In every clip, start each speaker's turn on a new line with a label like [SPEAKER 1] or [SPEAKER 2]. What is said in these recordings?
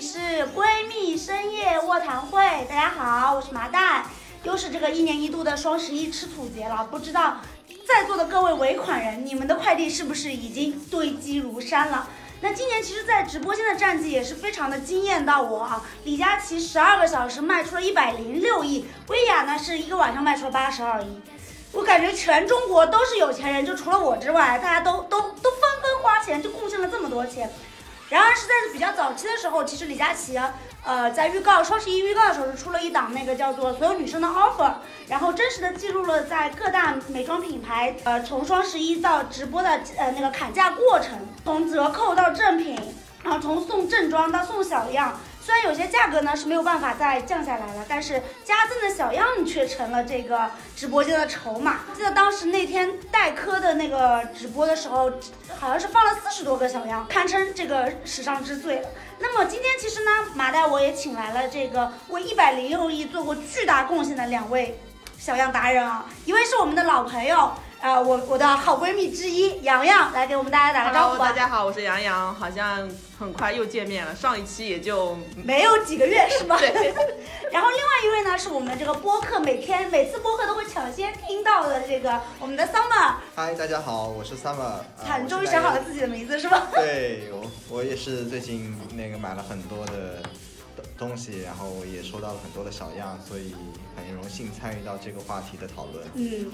[SPEAKER 1] 是闺蜜深夜卧谈会，大家好，我是麻蛋，又是这个一年一度的双十一吃土节了，不知道在座的各位尾款人，你们的快递是不是已经堆积如山了？那今年其实，在直播间的战绩也是非常的惊艳到我啊！李佳琦十二个小时卖出了一百零六亿，薇娅呢是一个晚上卖出了八十二亿。我感觉全中国都是有钱人，就除了我之外，大家都都都纷纷花钱，就贡献了这么多钱。然而是在比较早期的时候，其实李佳琦、啊，呃，在预告双十一预告的时候是出了一档那个叫做《所有女生的 offer》，然后真实的记录了在各大美妆品牌，呃，从双十一到直播的呃那个砍价过程，从折扣到正品，然后啊从送正装到送小样。虽然有些价格呢是没有办法再降下来了，但是加赠的小样却成了这个直播间的筹码。记得当时那天黛珂的那个直播的时候，好像是放了四十多个小样，堪称这个史上之最了。那么今天其实呢，马代我也请来了这个为一百零六亿做过巨大贡献的两位小样达人啊，一位是我们的老朋友，呃，我我的好闺蜜之一洋洋，来给我们大家打个招
[SPEAKER 2] Hello，
[SPEAKER 1] 呼
[SPEAKER 2] 大
[SPEAKER 1] 吧。
[SPEAKER 2] 家好，我是杨洋好像很快又见面了，上一期也就
[SPEAKER 1] 没有几个月是吧？
[SPEAKER 2] 对，
[SPEAKER 1] 然后另外一位呢，是我们这个播客每天每次播客都会抢先听到的这个我们的 Summer，
[SPEAKER 3] 嗨，大家好，我是 Summer 啊。
[SPEAKER 1] 惨
[SPEAKER 3] 我
[SPEAKER 1] 终于
[SPEAKER 3] 是
[SPEAKER 1] 想好
[SPEAKER 3] 来
[SPEAKER 1] 了自己的名字是吧？
[SPEAKER 3] 对我，我也是最近那个买了很多的东东西，然后也收到了很多的小样，所以很荣幸参与到这个话题的讨论。
[SPEAKER 1] 嗯，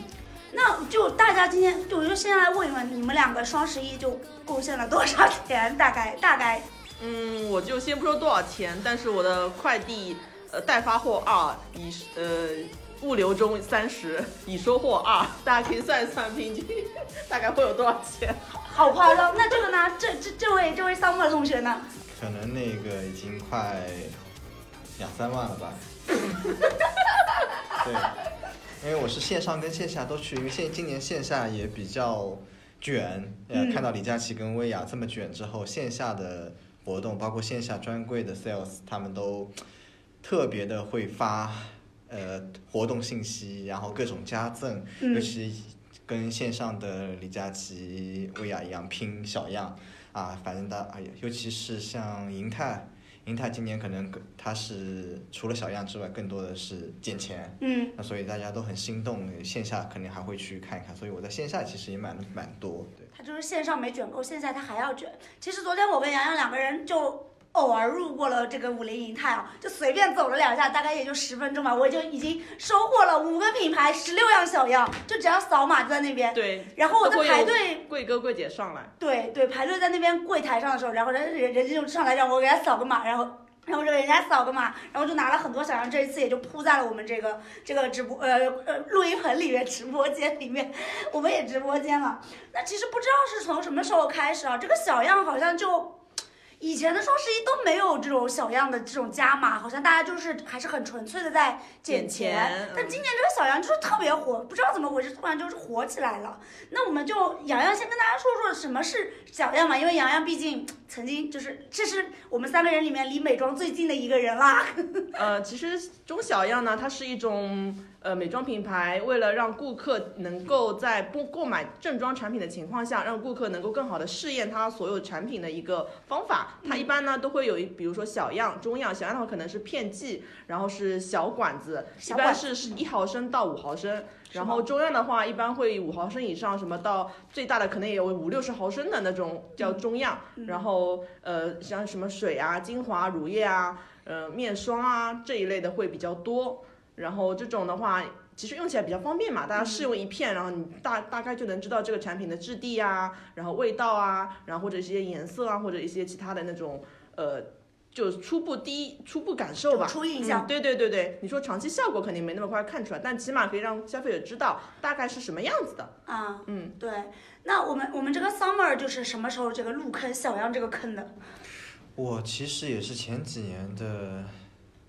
[SPEAKER 1] 那就大家今天，就我就先来问一问你们两个双十一就贡献了多少钱？大概大概
[SPEAKER 2] 嗯，我就先不说多少钱，但是我的快递呃代发货二以呃物流中三十，已收货二，大家可以算一算平均 大概会有多少钱。
[SPEAKER 1] 好夸张。那这个呢？这这这位这位 Summer 同学呢？
[SPEAKER 3] 可能那个已经快两三万了 吧？对，因为我是线上跟线下都去，因为现今年线下也比较卷，呃，
[SPEAKER 1] 嗯
[SPEAKER 3] 看到李佳琦跟薇娅这么卷之后，线下的活动包括线下专柜的 sales，他们都特别的会发呃活动信息，然后各种加赠，
[SPEAKER 1] 嗯
[SPEAKER 3] 尤其跟线上的李佳琦、薇娅一样拼小样啊，反正大哎呀，尤其是像银泰，银泰今年可能更它是除了小样之外，更多的是捡钱，
[SPEAKER 1] 嗯，
[SPEAKER 3] 那所以大家都很心动，线下肯定还会去看一看，所以我在线下其实也买了蛮多，对，
[SPEAKER 1] 他就是线上没卷够，线下他还要卷。其实昨天我跟洋洋两个人就偶尔路过了这个武林银泰啊，就随便走了两下，大概也就十分钟吧，我就已经收获了五个品牌十六 样小样，就只要扫码就在那边。
[SPEAKER 2] 对，
[SPEAKER 1] 然后我在
[SPEAKER 2] 都会有
[SPEAKER 1] 排队，
[SPEAKER 2] 贵哥贵姐上来，
[SPEAKER 1] 对对，排队在那边柜台上的时候，然后人人人家就上来让我给他扫个码，然后。然后就给人家扫个码，然后就拿了很多小样，这一次也就铺在了我们这个这个直播呃呃录音棚里面，直播间里面，我们也直播间了。那其实不知道是从什么时候开始啊，这个小样好像就以前的双十一都没有这种小样的这种加码，好像大家就是还是很纯粹的在捡
[SPEAKER 2] 捡钱嗯
[SPEAKER 1] 但今年这个小样就是特别火，不知道怎么回事，突然就是火起来了。那我们就洋洋先跟大家说说什么是小样嘛，因为洋洋毕竟曾经就是这是我们三个人里面离美妆最近的一个人啦。
[SPEAKER 2] 呃，其实中小样呢，它是一种呃美妆品牌，为了让顾客能够在不购买正装产品的情况下，让顾客能够更好的试验它所有产品的一个方法。它一般呢都会有一，比如说小样、中样，小样的话可能是片剂，然后是小管子，一
[SPEAKER 1] 小管
[SPEAKER 2] 般是是一毫升到五毫升，
[SPEAKER 1] 是
[SPEAKER 2] 然
[SPEAKER 1] 吗
[SPEAKER 2] 后中样的话一般会五毫升以上，什么到最大的可能也有五六十毫升的那种叫中样。
[SPEAKER 1] 嗯
[SPEAKER 2] 然后呃，像什么水啊、精华、乳液啊、呃面霜啊这一类的会比较多。然后这种的话，其实用起来比较方便嘛，
[SPEAKER 1] 嗯
[SPEAKER 2] 大家试用一片，然后你大大概就能知道这个产品的质地啊，然后味道啊，然后或者一些颜色啊，或者一些其他的那种呃，就初步第一初步感受吧。
[SPEAKER 1] 初印象
[SPEAKER 2] 嗯，对对对对，你说长期效果肯定没那么快看出来，但起码可以让消费者知道大概是什么样子的。
[SPEAKER 1] 啊、
[SPEAKER 2] 嗯，
[SPEAKER 1] 对。那我们我们这个 summer 就是什么时候这个入坑小样这个坑的？
[SPEAKER 3] 我其实也是前几年的，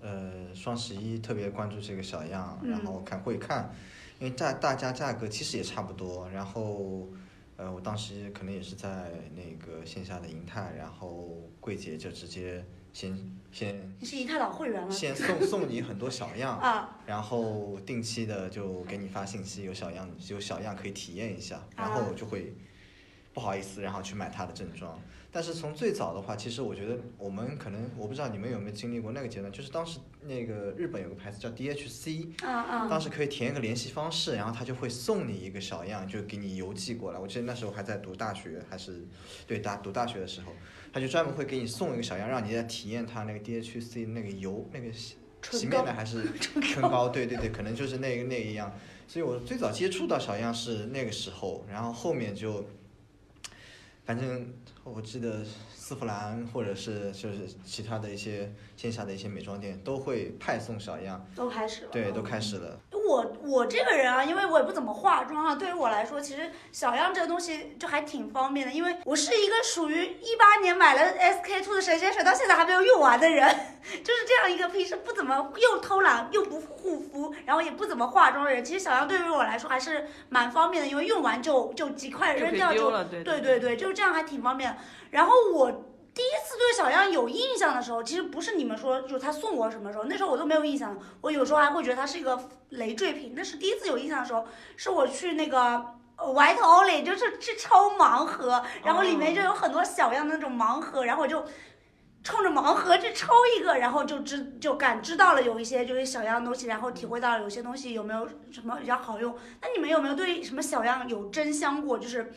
[SPEAKER 3] 呃，双十一特别关注这个小样，
[SPEAKER 1] 嗯
[SPEAKER 3] 然后看会看，因为价大家价格其实也差不多，然后，呃，我当时可能也是在那个线下的银泰，然后柜姐就直接先先
[SPEAKER 1] 你是银泰老会员了
[SPEAKER 3] 先送送你很多小样，
[SPEAKER 1] 啊？
[SPEAKER 3] 然后定期的就给你发信息，有小样有小样可以体验一下，然后
[SPEAKER 1] 啊
[SPEAKER 3] 我就会不好意思，然后去买它的正装。但是从最早的话，其实我觉得我们可能我不知道你们有没有经历过那个阶段，就是当时那个日本有个牌子叫 DHC，
[SPEAKER 1] 嗯嗯，
[SPEAKER 3] 当时可以填一个联系方式，然后他就会送你一个小样，就给你邮寄过来。我记得那时候还在读大学，还是对大读大学的时候，他就专门会给你送一个小样，让你来体验他那个 DHC 那个油那个洗洗
[SPEAKER 2] 唇膏
[SPEAKER 3] 面奶还是 唇膏，对对对，可能就是那个那一样。所以我最早接触到小样是那个时候，然后后面就，反正我记得丝芙兰或者是就是其他的一些线下的一些美妆店都会派送小样，
[SPEAKER 1] 都开始了。
[SPEAKER 3] 对，都开始了。
[SPEAKER 1] 我我这个人啊，因为我也不怎么化妆啊，对于我来说，其实小样这个东西就还挺方便的，因为我是一个属于一八年买了 SK two 的神仙水，到现在还没有用完的人， 就是这样一个平时不怎么又偷懒又不护肤，然后也不怎么化妆的人。其实小样对于我来说还是蛮方便的，因为用完就就极快
[SPEAKER 2] 就
[SPEAKER 1] 扔
[SPEAKER 2] 可以
[SPEAKER 1] 掉就
[SPEAKER 2] 丢了，对
[SPEAKER 1] 对对对，就是这样还挺方便的。然后我第一次对小样有印象的时候，其实不是你们说就是他送我什么时候，那时候我都没有印象。我有时候还会觉得它是一个累赘品，那是第一次有印象的时候，是我去那个。呃 White Olay 就是去超盲盒，然后里面就有很多小样的那种盲盒，然后我就冲着盲盒去抽一个，然后就知就感知到了有一些就是小样的东西，然后体会到了有些东西有没有什么比较好用。那你们有没有对什么小样有真香过？就是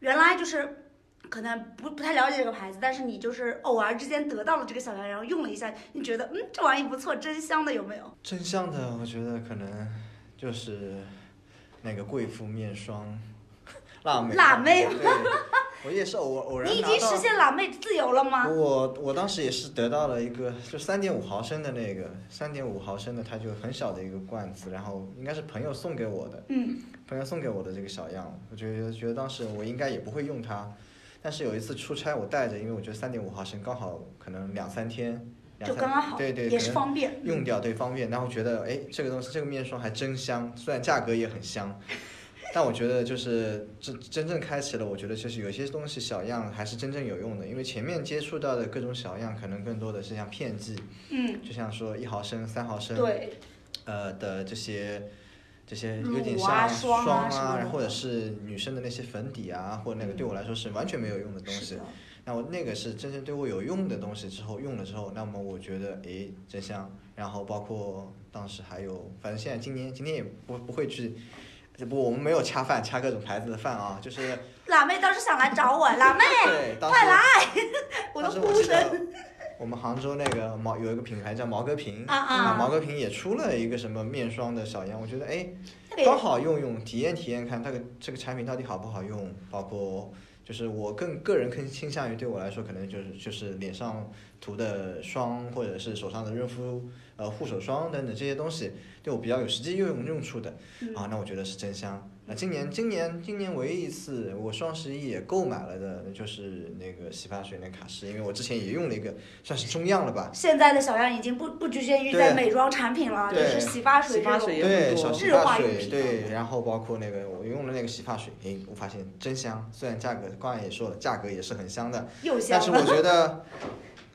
[SPEAKER 1] 原来就是可能不不太了解这个牌子，但是你就是偶尔之间得到了这个小样，然后用了一下，你觉得嗯这玩意不错，真香的有没有？
[SPEAKER 3] 真香的，我觉得可能就是那个贵妇面霜，辣妹。
[SPEAKER 1] 辣妹
[SPEAKER 3] 对，我也是偶偶然
[SPEAKER 1] 你已
[SPEAKER 3] 拿
[SPEAKER 1] 经实
[SPEAKER 3] 到。
[SPEAKER 1] 现辣妹自由了吗？
[SPEAKER 3] 我我当时也是得到了一个，就三点五毫升的那个，三点五毫升的，它就很小的一个罐子，然后应该是朋友送给我的，
[SPEAKER 1] 嗯，
[SPEAKER 3] 朋友送给我的这个小样，我觉得觉得当时我应该也不会用它，但是有一次出差我带着，因为我觉得三点五毫升刚好可能两三天，两
[SPEAKER 1] 就
[SPEAKER 3] 三
[SPEAKER 1] 刚刚好，
[SPEAKER 3] 对对，
[SPEAKER 1] 也
[SPEAKER 3] 可
[SPEAKER 1] 是
[SPEAKER 3] 能
[SPEAKER 1] 方便。
[SPEAKER 3] 用掉对方便，然后觉得哎，这个东西这个面霜还真香，虽然价格也很香， 但我觉得就是真真正开启了，我觉得就是有些东西小样还是真正有用的，因为前面接触到的各种小样，可能更多的是像片剂，
[SPEAKER 1] 嗯，
[SPEAKER 3] 就像说一毫升、三毫升，
[SPEAKER 1] 对，
[SPEAKER 3] 呃的这些这些
[SPEAKER 1] 乳
[SPEAKER 3] 有点
[SPEAKER 1] 啊
[SPEAKER 3] 像
[SPEAKER 1] 霜啊
[SPEAKER 3] 啊，
[SPEAKER 1] 什么的
[SPEAKER 3] 然后或者是女生的那些粉底啊，或者那个对我来说是完全没有用的东
[SPEAKER 1] 是
[SPEAKER 3] 西
[SPEAKER 1] 的。。
[SPEAKER 3] 那我那个是真正对我有用的东西，之后用了之后，那么我觉得诶真香。然后包括当时还有，反正现在今年今天也不不会去，不我们没有掐饭掐各种牌子的饭啊，就是
[SPEAKER 1] 辣妹当时想来找我，辣妹，
[SPEAKER 3] 对当时
[SPEAKER 1] 快来我
[SPEAKER 3] 当
[SPEAKER 1] 的
[SPEAKER 3] 时
[SPEAKER 1] 呼
[SPEAKER 3] 我记
[SPEAKER 1] 声
[SPEAKER 3] 得我们杭州那个毛有一个品牌叫毛戈平
[SPEAKER 1] 啊
[SPEAKER 3] 啊，
[SPEAKER 1] 啊，
[SPEAKER 3] 毛戈平也出了一个什么面霜的小样，我觉得诶。
[SPEAKER 1] 那个也
[SPEAKER 3] 刚好用用，体验体验看这个这个产品到底好不好用，包括就是我更个人更倾向于对我来说，可能就是就是脸上涂的霜或者是手上的润肤呃护手霜等等这些东西，对我比较有实际用用处的
[SPEAKER 1] 嗯
[SPEAKER 3] 啊，那我觉得是真香。那今年今年今年唯一一次我双十一也购买了的就是那个洗发水那卡诗，因为我之前也用了一个算是中样了吧，
[SPEAKER 1] 现在的小样已经不不局限于在
[SPEAKER 3] 对
[SPEAKER 1] 美妆产品了，就
[SPEAKER 3] 对
[SPEAKER 1] 是洗发水这
[SPEAKER 2] 洗发
[SPEAKER 1] 种
[SPEAKER 2] 水。也
[SPEAKER 3] 对，
[SPEAKER 2] 很
[SPEAKER 3] 小
[SPEAKER 2] 多。
[SPEAKER 3] 洗
[SPEAKER 1] 日
[SPEAKER 3] 发
[SPEAKER 1] 化用
[SPEAKER 3] 水，
[SPEAKER 1] 品啊
[SPEAKER 3] 对，然后包括那个我用的那个洗发水，诶，我发现真香。虽然价格刚才也说了，价格也是很香的，
[SPEAKER 1] 又香
[SPEAKER 3] 但是我
[SPEAKER 1] 了。
[SPEAKER 3] 觉得，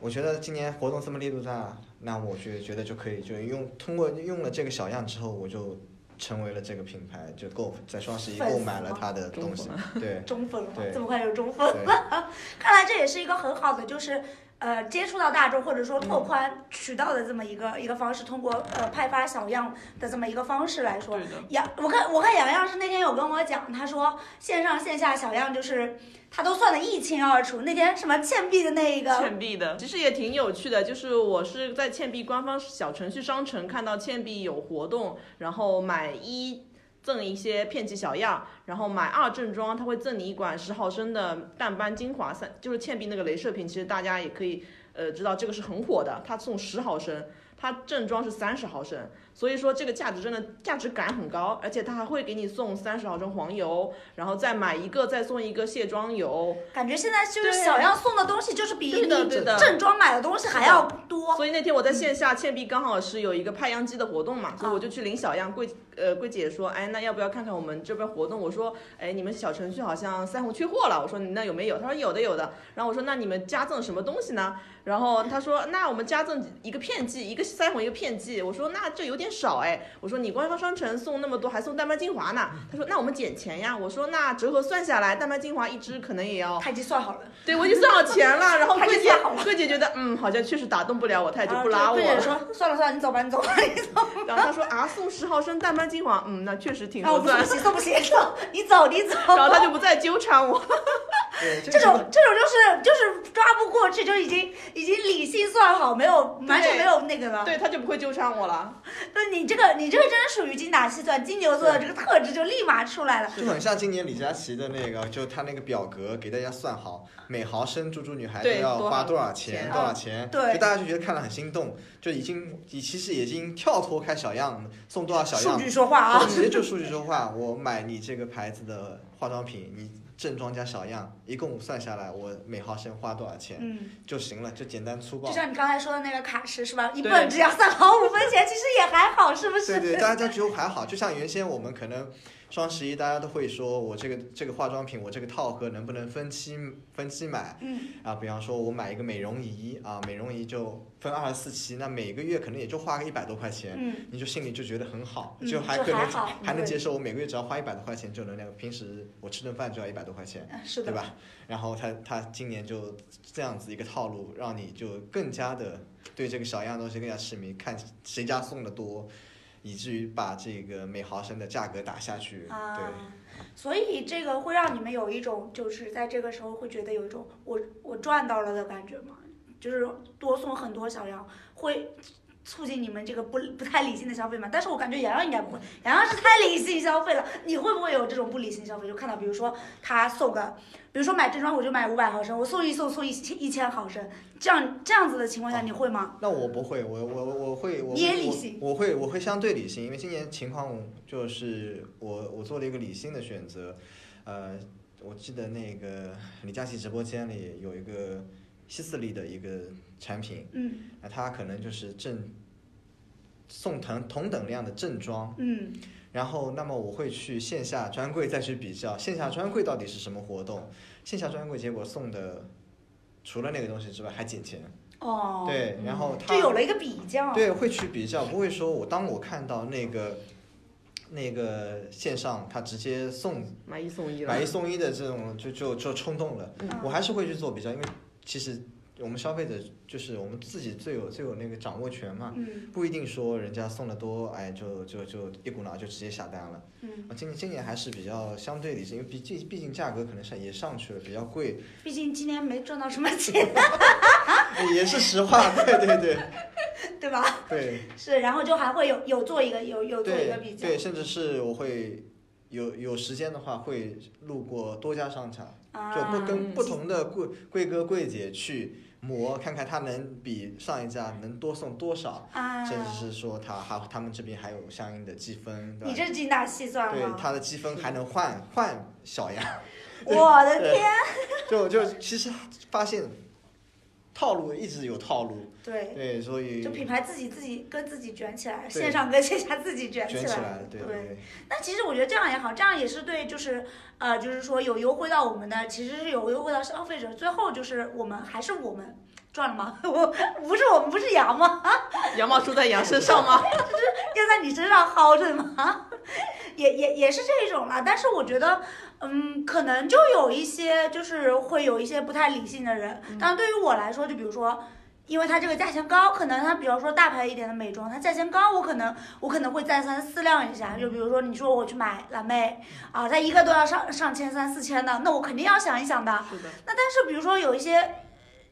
[SPEAKER 3] 我觉得今年活动这么力度大，那我觉觉得就可以，就用通过用了这个小样之后，我就成为了这个品牌，就购在双十一
[SPEAKER 1] 粉丝
[SPEAKER 3] 购买了
[SPEAKER 1] 吗
[SPEAKER 3] 它的东西， 对
[SPEAKER 1] 中分了，
[SPEAKER 3] 对
[SPEAKER 1] 这么快就中分
[SPEAKER 3] 对。
[SPEAKER 1] 了，看来这也是一个很好的，就是呃接触到大众或者说拓宽渠道的这么一个、一个方式，通过呃派发小样的这么一个方式来说
[SPEAKER 2] 对，的，
[SPEAKER 1] 杨，我看我看洋洋是那天有跟我讲，他说线上线下小样就是他都算得一清二楚。那天什么倩碧的那个，
[SPEAKER 2] 倩碧的其实也挺有趣的，就是我是在倩碧官方小程序商城看到倩碧有活动，然后买一赠一些片剂小样，然后买二正装，它会赠你一管十毫升的淡斑精华三，就是倩碧那个镭射瓶，其实大家也可以呃知道这个是很火的，它送十毫升。它正装是三十毫升，所以说这个价值真的价值感很高，而且它还会给你送三十毫升黄油，然后再买一个再送一个卸妆油，
[SPEAKER 1] 感觉现在就是
[SPEAKER 2] 对
[SPEAKER 1] 小样送的东西就是比
[SPEAKER 2] 对的
[SPEAKER 1] 你
[SPEAKER 2] 对的
[SPEAKER 1] 正装买的东西还要多。
[SPEAKER 2] 所以那天我在线下倩碧刚好是有一个派样机的活动嘛，所以我就去领小样。柜呃柜姐说，哎，那要不要看看我们这边活动？我说，哎，你们小程序好像腮红缺货了。我说你那有没有？她说有的有的。然后我说那你们加赠什么东西呢？然后他说，那我们加赠一个片剂，一个腮红，一个片剂。我说那这有点少哎，我说你官方商城送那么多，还送蛋白精华呢。他说那我们减钱呀。我说那折合算下来，蛋白精华一支可能也要，
[SPEAKER 1] 他已经算好了，
[SPEAKER 2] 对我已经算好钱了。然后
[SPEAKER 1] 他已
[SPEAKER 2] 桂
[SPEAKER 1] 经
[SPEAKER 2] 姐
[SPEAKER 1] 算好了
[SPEAKER 2] 桂姐觉得嗯，好像确实打动不了我，她也就不
[SPEAKER 1] 然
[SPEAKER 2] 拉
[SPEAKER 1] 后
[SPEAKER 2] 我
[SPEAKER 1] 对
[SPEAKER 2] 了。
[SPEAKER 1] 说算了算了，你走吧，你 走吧，你走吧。
[SPEAKER 2] 然后他说啊，送十毫升蛋白精华，嗯，那确实挺
[SPEAKER 1] 然后
[SPEAKER 2] 合
[SPEAKER 1] 啊我说
[SPEAKER 2] 算
[SPEAKER 1] 不。行，都不行，走，你走，你 走。
[SPEAKER 2] 然后他就不再纠缠我。
[SPEAKER 3] 对，这
[SPEAKER 1] 这
[SPEAKER 3] 个
[SPEAKER 1] 种这种就是就是抓不过去，就已经已经理性算好，没有完全没有那个了。
[SPEAKER 2] 对，他就不会纠缠我了。
[SPEAKER 1] 对，你这个你这个真属于精打细算，金牛座的这个特质就立马出来了。
[SPEAKER 3] 就很像今年李佳琦的那个，就他那个表格给大家算好，每毫升猪猪女孩都
[SPEAKER 2] 对
[SPEAKER 3] 要
[SPEAKER 2] 多
[SPEAKER 3] 花
[SPEAKER 2] 少
[SPEAKER 3] 多少
[SPEAKER 2] 钱
[SPEAKER 3] 钱，多少钱，
[SPEAKER 1] 对
[SPEAKER 3] 就大家就觉得看了很心动，就已经已其实已经跳脱开小样，送多少小
[SPEAKER 1] 数
[SPEAKER 3] 样
[SPEAKER 1] 据，说话啊
[SPEAKER 3] 对，直接就数据说话，我买你这个牌子的化妆品，你正装加小样，一共算下来我每毫升花多少钱
[SPEAKER 1] 嗯，
[SPEAKER 3] 就行了，就简单粗暴
[SPEAKER 1] 就。像你刚才说的那个卡诗是吧？一
[SPEAKER 2] 对
[SPEAKER 1] 本只要三毫五分钱，其实也还好，是不
[SPEAKER 3] 对
[SPEAKER 1] 是？
[SPEAKER 3] 对，大家觉得还好，就像原先我们可能双十一大家都会说，我这个这个化妆品，我这个套盒能不能分期分期买？
[SPEAKER 1] 嗯，
[SPEAKER 3] 啊，比方说我买一个美容仪啊，美容仪就分二十四期，那每个月可能也就花个一百多块钱，
[SPEAKER 1] 嗯
[SPEAKER 3] 你就心里就觉得很好，
[SPEAKER 1] 嗯
[SPEAKER 3] 还
[SPEAKER 1] 就
[SPEAKER 3] 可
[SPEAKER 1] 还
[SPEAKER 3] 能
[SPEAKER 1] 好
[SPEAKER 3] 还能
[SPEAKER 1] 对
[SPEAKER 3] 接受。我每个月只要花一百多块钱就能那个，平时我吃顿饭就要一百多块钱，
[SPEAKER 1] 嗯是
[SPEAKER 3] 对
[SPEAKER 1] 的。
[SPEAKER 3] 吧？然后他他今年就这样子一个套路，让你就更加的对这个小样东西更加痴迷，看谁家送的多，以至于把这个每毫升的价格打下去，
[SPEAKER 1] 啊
[SPEAKER 3] 对。，
[SPEAKER 1] 所以这个会让你们有一种，就是在这个时候会觉得有一种我我赚到了的感觉吗？就是多送很多小羊，会促进你们这个不不太理性的消费吗？但是我感觉洋洋应该不会，洋洋是太理性消费了。你会不会有这种不理性消费？就看到比如说他送个，比如说买正装我就买五百毫升，我送一送送一千一千毫升，这样这样子的情况下
[SPEAKER 3] 哦
[SPEAKER 1] 你会吗？
[SPEAKER 3] 那我不会，我我我会，我
[SPEAKER 1] 你也
[SPEAKER 3] 会
[SPEAKER 1] 理
[SPEAKER 3] 我
[SPEAKER 1] 性
[SPEAKER 3] 我会我会相对理性，因为今年情况就是我我做了一个理性的选择，呃，我记得那个李佳琦直播间里有一个希斯利的一个产品，
[SPEAKER 1] 嗯
[SPEAKER 3] 那它可能就是正送同同等量的正装，
[SPEAKER 1] 嗯
[SPEAKER 3] 然后那么我会去线下专柜再去比较，线下专柜到底是什么活动，线下专柜结果送的除了那个东西之外还减钱，
[SPEAKER 1] 哦，
[SPEAKER 3] 对，然后它
[SPEAKER 1] 就有了一个比较，
[SPEAKER 3] 对，会去比较，不会说我当我看到那个那个线上他直接送
[SPEAKER 2] 买一送一了
[SPEAKER 3] 买。一送一的这种，就就就冲动了。
[SPEAKER 1] 嗯
[SPEAKER 3] 我还是会去做比较，因为其实我们消费者就是我们自己最有最有那个掌握权嘛，
[SPEAKER 1] 嗯
[SPEAKER 3] 不一定说人家送的多，哎，就就就一股脑就直接下单了。
[SPEAKER 1] 嗯，
[SPEAKER 3] 啊今年今年还是比较相对理性，因为毕竟毕竟价格可能上也上去了，比 较贵，
[SPEAKER 1] 毕竟今年没赚到什么钱。
[SPEAKER 3] 也是实话，对对对
[SPEAKER 1] 对吧？
[SPEAKER 3] 对。
[SPEAKER 1] 是，然后就还会有有做一个有有做一
[SPEAKER 3] 对
[SPEAKER 1] 个比较
[SPEAKER 3] 对，甚至是我会有有时间的话，会路过多家商场，
[SPEAKER 1] 啊，
[SPEAKER 3] 就不跟
[SPEAKER 2] 嗯
[SPEAKER 3] 不同的贵贵哥贵姐去磨，看看他能比上一家能多送多少，
[SPEAKER 1] 啊，
[SPEAKER 3] 甚至是说他还他们这边还有相应的积分，对
[SPEAKER 1] 你
[SPEAKER 3] 吧？
[SPEAKER 1] 这精打细算
[SPEAKER 3] 对
[SPEAKER 1] 了，
[SPEAKER 3] 他的积分还
[SPEAKER 1] 嗯
[SPEAKER 3] 能换换小样，
[SPEAKER 1] 我的
[SPEAKER 3] 对
[SPEAKER 1] 天，
[SPEAKER 3] 就就其实发现套路一直有套路，
[SPEAKER 1] 对，
[SPEAKER 3] 对，所以
[SPEAKER 1] 哎就品牌自己自己跟自己卷起来，
[SPEAKER 3] 对
[SPEAKER 1] 线上跟线下自己卷
[SPEAKER 3] 卷起来了，对
[SPEAKER 1] 对
[SPEAKER 3] 对。
[SPEAKER 1] 那其实我觉得这样也好，这样也是对，就是呃，就是说有优惠到我们的，其实是有优惠到消费者，最后就是我们还是我们赚了吗？ 我不是我们不是羊吗？
[SPEAKER 2] 羊毛出在羊身上吗？
[SPEAKER 1] 要在你身上薅着吗？ 也也也是这种啦，但是我觉得，嗯，可能就有一些就是会有一些不太理性的人。当然，对于我来说，就比如说，因为它这个价钱高，可能它比方说大牌一点的美妆，它价钱高，我可能我可能会再三思量一下。就比如说，你说我去买蓝妹啊，它一个都要上上千三四千的，那我肯定要想一想的。
[SPEAKER 2] 是的，
[SPEAKER 1] 那但是比如说有一些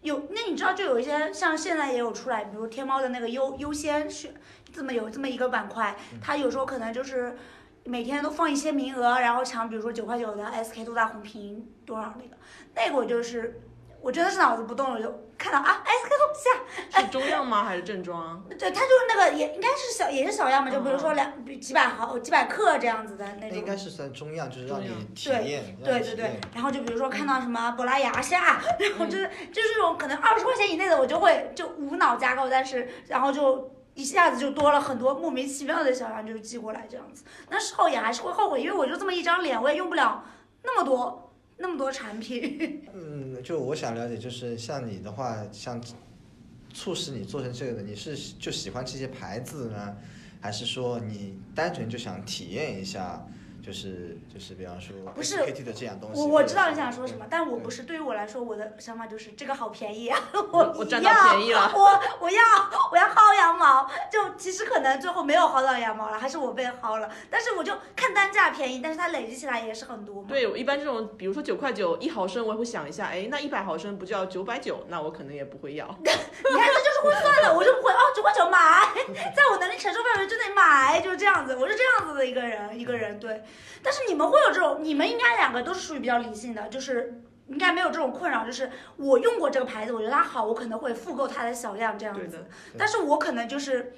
[SPEAKER 1] 有，那你知道就有一些像现在也有出来，比如天猫的那个优优先是这么有这么一个板块，它有时候可能就是每天都放一些名额，然后抢比如说九块九的 SK 度大红瓶多少那个，那个我就是我真的是脑子不动了，我就看到啊 SK 度下
[SPEAKER 2] 是中样吗？还是正装？
[SPEAKER 1] 对，它就是那个也应该是小也是小样嘛，就比如说
[SPEAKER 2] 嗯
[SPEAKER 1] 两比几百毫几百克这样子的那
[SPEAKER 3] 那
[SPEAKER 1] 种。
[SPEAKER 3] 应该是算中样，就是让
[SPEAKER 2] 中
[SPEAKER 3] 你
[SPEAKER 2] 样
[SPEAKER 3] 体验，让
[SPEAKER 1] 对
[SPEAKER 3] 你
[SPEAKER 1] 对
[SPEAKER 3] 体
[SPEAKER 1] 对
[SPEAKER 3] 验，嗯
[SPEAKER 1] 然后就比如说看到什么珀莱雅下，然后就是就是这种可能二十块钱以内的，我就会就无脑加购，但是然后就一下子就多了很多莫名其妙的小样就寄过来这样子。那事后也还是会后悔，因为我就这么一张脸，我也用不了那么多那么多产品。
[SPEAKER 3] 嗯，就我想了解，就是像你的话，像促使你做成这个的？你是就喜欢这些牌子呢，还是说你单纯就想体验一下？就是就是，比方说
[SPEAKER 1] 不是
[SPEAKER 3] KT 的这样东西。
[SPEAKER 1] 我
[SPEAKER 3] 或
[SPEAKER 1] 我
[SPEAKER 3] 者
[SPEAKER 1] 知道
[SPEAKER 3] 是
[SPEAKER 1] 你想说什么，但我不
[SPEAKER 3] 对
[SPEAKER 1] 是。对于我来说，我的想法就是这个好便宜啊，
[SPEAKER 2] 嗯我占到
[SPEAKER 1] 要，
[SPEAKER 2] 便宜了。
[SPEAKER 1] 我我要我要薅羊毛，就其实可能最后没有薅到羊毛了，还是我被薅了，但是我就看单价便宜，但是它累积起来也是很多嘛。
[SPEAKER 2] 对，我一般这种，比如说九块九一毫升，我也会想一下，哎，那一百毫升不就要九百九？那我可能也不会要。
[SPEAKER 1] 你看，这就是会算的，我就不会哦，九块九买，在我能力承受范围之内买，就是这样子，我是这样子的一个人，一个人对。但是你们会有这种，你们应该两个都是属于比较理性的，就是应该没有这种困扰，就是我用过这个牌子，我觉得它好，我可能会复购它的小量这样
[SPEAKER 2] 对
[SPEAKER 1] 子
[SPEAKER 2] 的，
[SPEAKER 1] 但是我可能就是。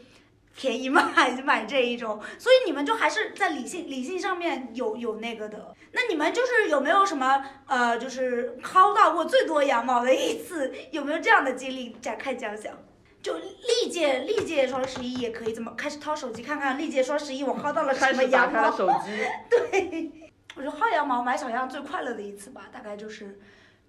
[SPEAKER 1] 便宜买 买这一种，所以你们就还是在理性理性上面有有那个的。那你们就是有没有什么呃，就是薅到过最多羊毛的一次，有没有这样的经历展开讲讲？就历届历届双十一也可以这么开始掏手机看看历届双十一我薅到了
[SPEAKER 2] 开
[SPEAKER 1] 什么
[SPEAKER 2] 始打
[SPEAKER 1] 羊
[SPEAKER 2] 开了
[SPEAKER 1] 毛？
[SPEAKER 2] 手机，
[SPEAKER 1] 我觉得薅羊毛买小样最快乐的一次吧，大概就是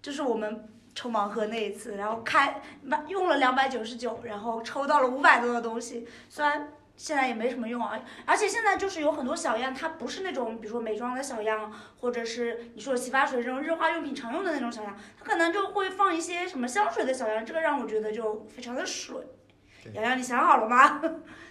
[SPEAKER 1] 就是我们抽盲盒那一次，然后开买用了两百九十九，然后抽到了五百多的东西，虽然。现在也没什么用啊，而且现在就是有很多小样，它不是那种比如说美妆的小样，或者是你说的洗发水这种日化用品常用的那种小样，它可能就会放一些什么香水的小样，这个让我觉得就非常的水。
[SPEAKER 3] 对
[SPEAKER 1] 洋洋，你想好了吗？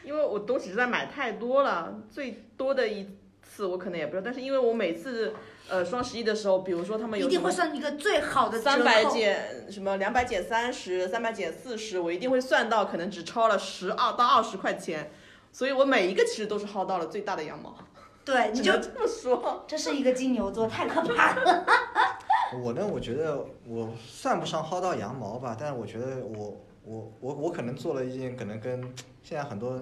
[SPEAKER 2] 因为我都只是在买太多了，最多的一次我可能也不知道，但是因为我每次呃双十一的时候，比如说他们
[SPEAKER 1] 一
[SPEAKER 2] 有
[SPEAKER 1] 定会算一个最好的折
[SPEAKER 2] 三百
[SPEAKER 1] 扣
[SPEAKER 2] 减什么两百减三十，三百减四十，我一定会算到可能只超了十二到二十块钱，所以我每一个其实都是薅到了最大的羊毛。
[SPEAKER 1] 对，哎你
[SPEAKER 2] 只
[SPEAKER 1] 就
[SPEAKER 2] 能这么说，
[SPEAKER 1] 这是一个金牛座，太可怕了。
[SPEAKER 3] 我呢，我觉得我算不上薅到羊毛吧，但是我觉得我我我我可能做了一件可能跟现在很多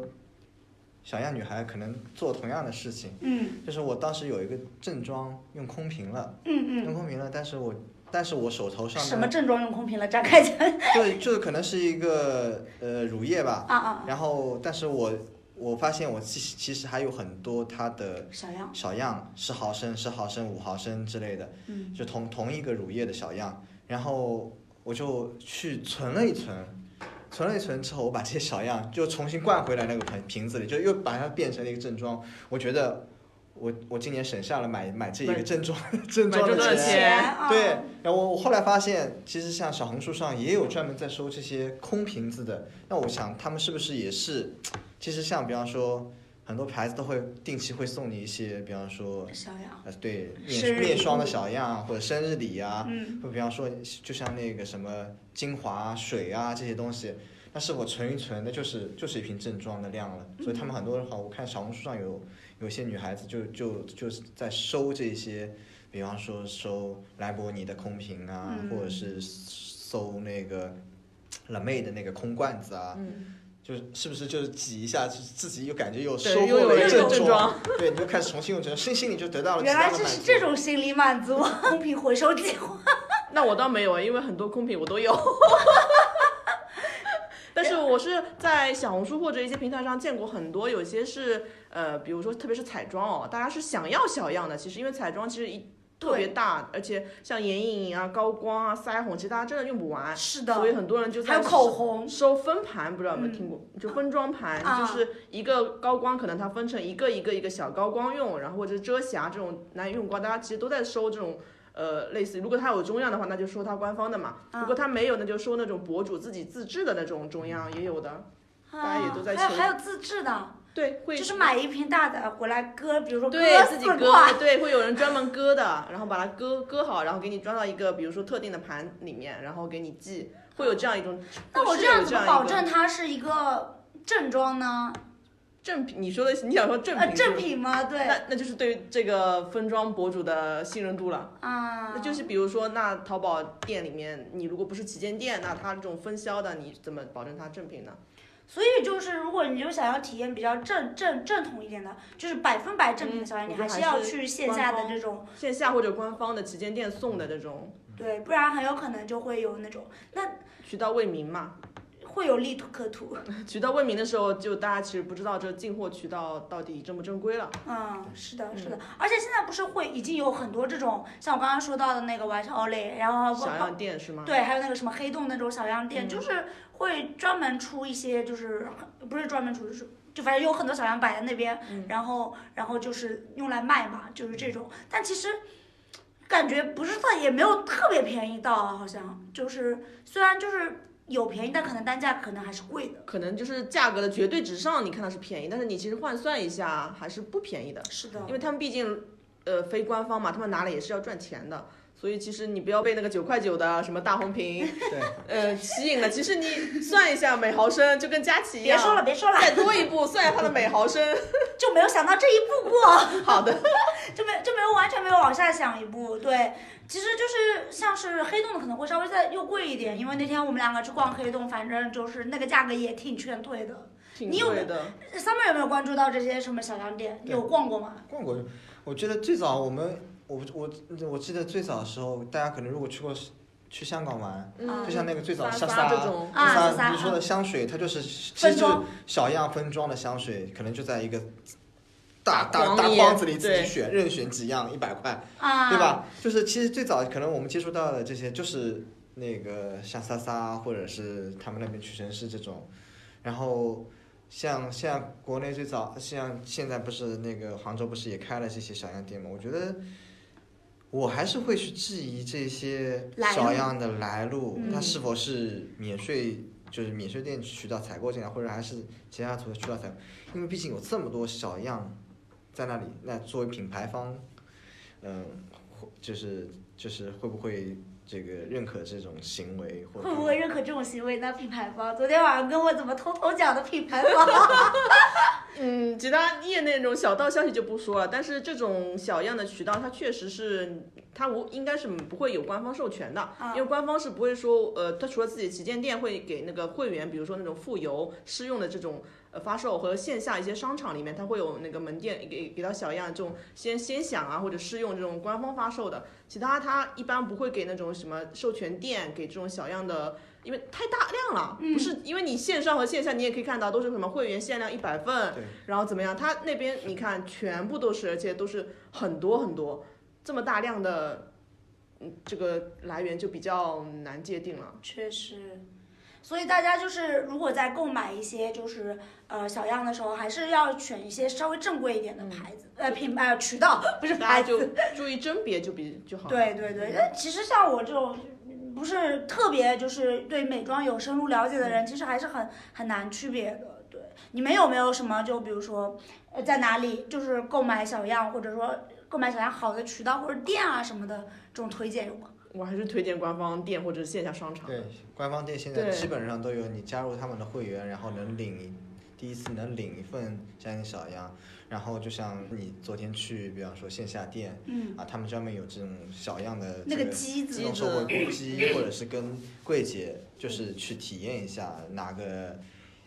[SPEAKER 3] 小样女孩可能做同样的事情，
[SPEAKER 1] 嗯
[SPEAKER 3] 就是我当时有一个正装用空瓶了，
[SPEAKER 1] 嗯
[SPEAKER 3] 用空瓶了，但是我但是我手头
[SPEAKER 1] 嗯，
[SPEAKER 3] 上
[SPEAKER 1] 什么
[SPEAKER 3] 的
[SPEAKER 1] 正装用空瓶了？展开讲
[SPEAKER 3] 就是就是可能是一个呃乳液吧，
[SPEAKER 1] 啊啊，
[SPEAKER 3] 然后但是我我发现我其其实还有很多它的
[SPEAKER 1] 小样，
[SPEAKER 3] 小样十毫升、十毫升、五毫升之类的，
[SPEAKER 1] 嗯
[SPEAKER 3] 就同同一个乳液的小样，然后我就去存了一存，存了一存之后，我把这些小样就重新灌回来那个瓶瓶子里，就又把它变成了一个正装。我觉买我我今年省下了买买这一个
[SPEAKER 2] 买
[SPEAKER 3] 正装 正
[SPEAKER 2] 买
[SPEAKER 3] 装
[SPEAKER 2] 这
[SPEAKER 3] 的
[SPEAKER 2] 多少
[SPEAKER 3] 钱。
[SPEAKER 2] 钱
[SPEAKER 1] 啊
[SPEAKER 3] 对，然后我我后来发现，其实像小红书上也有专门在收这些空瓶子的。那我想他们是不是也是，其实像比方说很多牌子都会定期会送你一些，比方说
[SPEAKER 1] 小样，
[SPEAKER 3] 呃对
[SPEAKER 1] 生日
[SPEAKER 3] 面
[SPEAKER 1] 礼
[SPEAKER 3] 面霜的
[SPEAKER 1] 物
[SPEAKER 3] 小样或者生日礼啊，
[SPEAKER 1] 嗯，
[SPEAKER 3] 就比方说就像那个什么精华啊、水啊这些东西。但是我存一存，那就是就是一瓶正装的量了，所以他们很多的话，我看小红书上有有些女孩子就就就是在收这些，比方说收莱博尼的空瓶啊，
[SPEAKER 1] 嗯
[SPEAKER 3] 或者是搜那个冷妹的那个空罐子啊，
[SPEAKER 2] 嗯，
[SPEAKER 3] 就是是不是就是挤一下，就自己又感觉又
[SPEAKER 2] 对
[SPEAKER 3] 收
[SPEAKER 2] 又
[SPEAKER 3] 获
[SPEAKER 2] 有
[SPEAKER 3] 了
[SPEAKER 2] 了
[SPEAKER 3] 一
[SPEAKER 2] 一种
[SPEAKER 3] 正
[SPEAKER 2] 正
[SPEAKER 3] 装，对，你就开始重新用正装，身心里就得到了极
[SPEAKER 1] 原
[SPEAKER 3] 大
[SPEAKER 1] 来
[SPEAKER 3] 的
[SPEAKER 1] 这
[SPEAKER 3] 满
[SPEAKER 1] 是
[SPEAKER 3] 足。
[SPEAKER 1] 这种心理满足，空瓶回收计划。
[SPEAKER 2] 那我倒没有，啊因为很多空瓶我都 有。但是我是在小红书或者一些平台上见过很多，有些是呃，比如说特别是彩妆哦，大家是想要小样的，其实因为彩妆其实一特别大，而且像眼影啊、高光啊、腮红，其实大家真的用不完，
[SPEAKER 1] 是
[SPEAKER 2] 所
[SPEAKER 1] 的，
[SPEAKER 2] 以很多人就
[SPEAKER 1] 还
[SPEAKER 2] 在
[SPEAKER 1] 有口红，
[SPEAKER 2] 收分盘，不知道有没有
[SPEAKER 1] 嗯
[SPEAKER 2] 听过，就分装盘，
[SPEAKER 1] 啊
[SPEAKER 2] 就是一个高光，可能它分成一个一个一个小高光用，然后或者遮瑕这种难以用光，大家其实都在收这种。呃，类似，如果它有中样的话，那就收它官方的嘛；
[SPEAKER 1] 啊
[SPEAKER 2] 如果它没有，那就收那种博主自己自制的那种中样，也有的。大家也都在
[SPEAKER 1] 啊还有
[SPEAKER 2] 求
[SPEAKER 1] 还有自制的，
[SPEAKER 2] 对，会
[SPEAKER 1] 就是买一瓶大的回来割，比如说割
[SPEAKER 2] 对自己
[SPEAKER 1] 四
[SPEAKER 2] 割
[SPEAKER 1] 块，，
[SPEAKER 2] 对，会有人专门割的，然后把它割割好，然后给你装到一个比如说特定的盘里面，然后给你寄，会有这样一种。
[SPEAKER 1] 那我
[SPEAKER 2] 是
[SPEAKER 1] 这
[SPEAKER 2] 有
[SPEAKER 1] 样怎么
[SPEAKER 2] 一
[SPEAKER 1] 保
[SPEAKER 2] 个
[SPEAKER 1] 证它是一个正装呢？
[SPEAKER 2] 正品？你说的，你想说正
[SPEAKER 1] 呃，
[SPEAKER 2] 品是不
[SPEAKER 1] 正
[SPEAKER 2] 是？
[SPEAKER 1] 品吗？对，
[SPEAKER 2] 那那就是对这个分装博主的信任度了。
[SPEAKER 1] 啊，
[SPEAKER 2] 那就是比如说，那淘宝店里面，你如果不是旗舰店，那它这种分销的，你怎么保证它正品呢？
[SPEAKER 1] 所以就是，如果你就想要体验比较正正正统一点的，就是百分百正品的小样，
[SPEAKER 2] 嗯
[SPEAKER 1] 你
[SPEAKER 2] 我觉
[SPEAKER 1] 还
[SPEAKER 2] 得
[SPEAKER 1] 是
[SPEAKER 2] 还
[SPEAKER 1] 要
[SPEAKER 2] 是
[SPEAKER 1] 去线下的
[SPEAKER 2] 官方嗯
[SPEAKER 1] 这种，
[SPEAKER 2] 线下或者官方的旗舰店送的这种
[SPEAKER 1] 对，不然很有可能就会有那种
[SPEAKER 2] 渠道为民嘛，
[SPEAKER 1] 会有利可图。
[SPEAKER 2] 渠道问名的时候，就大家其实不知道这进货渠道到底正不正规了。
[SPEAKER 1] 嗯，是的，是的，而且现在不是会已经有很多这种，像我刚刚说到的那个 White Olay，然后
[SPEAKER 2] 小样店是吗？嗯
[SPEAKER 1] 对，还有那个什么黑洞那种小样店，就是会专门出一些，就是很不是专门出，就是就反正有很多小样摆在那边，
[SPEAKER 2] 嗯
[SPEAKER 1] 然后然后就是用来卖嘛，就是这种。
[SPEAKER 2] 嗯
[SPEAKER 1] 但其实感觉不是特也没有特别便宜到啊，好像就是虽然就是有便宜，但可能单价可能还是贵的。
[SPEAKER 2] 可能就是价格的绝对值上，你看它是便宜，但是你其实换算一下还是不便宜的，
[SPEAKER 1] 是的，
[SPEAKER 2] 因为他们毕竟，呃，非官方嘛，他们拿了也是要赚钱的，所以其实你不要被那个九块九的啊什么大红瓶，
[SPEAKER 3] 对，
[SPEAKER 2] 呃，吸引了。其实你算一下每毫升，就跟佳琪一
[SPEAKER 1] 别
[SPEAKER 2] 样，
[SPEAKER 1] 说了，别说了，
[SPEAKER 2] 再多一步算一下它的每毫升。
[SPEAKER 1] 就没有想到这一步过。
[SPEAKER 2] 好的，
[SPEAKER 1] 就没就没有完全没有往下想一步。对，其实就是像是黑洞的可能会稍微再又贵一点，因为那天我们两个去逛黑洞，反正就是那个价格也挺劝退的。
[SPEAKER 2] 挺
[SPEAKER 1] 你有
[SPEAKER 2] 贵的，
[SPEAKER 1] Summer 有没有关注到这些什么小样店？你有逛过吗？
[SPEAKER 3] 逛过，我觉得最早我们，我我我记得最早的时候，大家可能如果去过去香港玩，
[SPEAKER 1] 嗯
[SPEAKER 3] 就像那个最早
[SPEAKER 2] 莎
[SPEAKER 3] 莎
[SPEAKER 2] 莎这种
[SPEAKER 1] 啊莎
[SPEAKER 3] 莎
[SPEAKER 1] 莎
[SPEAKER 3] 你说的香水，它就是其实
[SPEAKER 1] 分
[SPEAKER 3] 就是
[SPEAKER 1] 装
[SPEAKER 3] 小样分装的香水，可能就在一个大
[SPEAKER 2] 大
[SPEAKER 3] 大
[SPEAKER 2] 筐
[SPEAKER 3] 大
[SPEAKER 2] 里
[SPEAKER 3] 筐子里自
[SPEAKER 2] 对
[SPEAKER 3] 己选，任选几样，一百块。
[SPEAKER 1] 啊，
[SPEAKER 3] 对？吧？就是其实最早可能我们接触到的这些，就是那个像莎莎或者是他们那边屈臣氏这种，然后像像国内最早像现在不是那个杭州不是也开了这些小样店嘛？我觉得我还是会去质疑这些
[SPEAKER 1] 来
[SPEAKER 3] 小
[SPEAKER 1] 路
[SPEAKER 3] 样的来路，
[SPEAKER 1] 嗯
[SPEAKER 3] 它是否是免税。就是免税店渠道采购进来，或者还是其他途渠道采购，因为毕竟有这么多小样在那里，那作为品牌方，嗯，会就是就是会不会这个认可这种行为，或者
[SPEAKER 1] 会不会认可这种行为呢？品牌方，昨天晚上跟我怎么偷偷讲的品牌方？
[SPEAKER 2] 嗯，其他业内那种小道消息就不说了，但是这种小样的渠道，它确实是它无应该是不会有官方授权的，
[SPEAKER 1] 啊
[SPEAKER 2] 因为官方是不会说，呃，它除了自己旗舰店会给那个会员，比如说那种妇邮试用的这种呃发售，和线下一些商场里面，它会有那个门店给给到小样这种先先享啊或者试用这种官方发售的，其他它一般不会给那种什么授权店给这种小样的。因为太大量了，
[SPEAKER 1] 嗯
[SPEAKER 2] 不是因为你线上和线下你也可以看到，都是什么会员限量一百份，
[SPEAKER 3] 对
[SPEAKER 2] 然后怎么样？他那边你看，全部都是，而且都是很多很多，这么大量的，嗯，这个来源就比较难界定了。
[SPEAKER 1] 确实。所以大家就是，如果在购买一些就是呃小样的时候，还是要选一些稍微正规一点的牌子，呃品牌、呃、渠道， 不是
[SPEAKER 2] 大
[SPEAKER 1] 牌
[SPEAKER 2] 家
[SPEAKER 1] 子。
[SPEAKER 2] 就注意甄别就比就好。，
[SPEAKER 1] 对对对，但其实像我这种嗯不是特别就是对美妆有深入了解的人，其实还是很很难区别的。对，你们有没有什么就比如说呃在哪里就是购买小样，或者说购买小样好的渠道或者店啊什么的这种推荐有吗？
[SPEAKER 2] 我还是推荐官方店或者线下商场。
[SPEAKER 3] 对官方店现在
[SPEAKER 2] 对
[SPEAKER 3] 基本上都有，你加入他们的会员，然后能领一第一次能领一份像你小样，然后就像你昨天去，比方说线下店
[SPEAKER 1] 嗯，
[SPEAKER 3] 啊，他们专门有这种小样的
[SPEAKER 1] 那个
[SPEAKER 3] 这
[SPEAKER 1] 机
[SPEAKER 3] 自
[SPEAKER 1] 子
[SPEAKER 3] 动售货机，或者是跟柜姐就是去体验一下拿个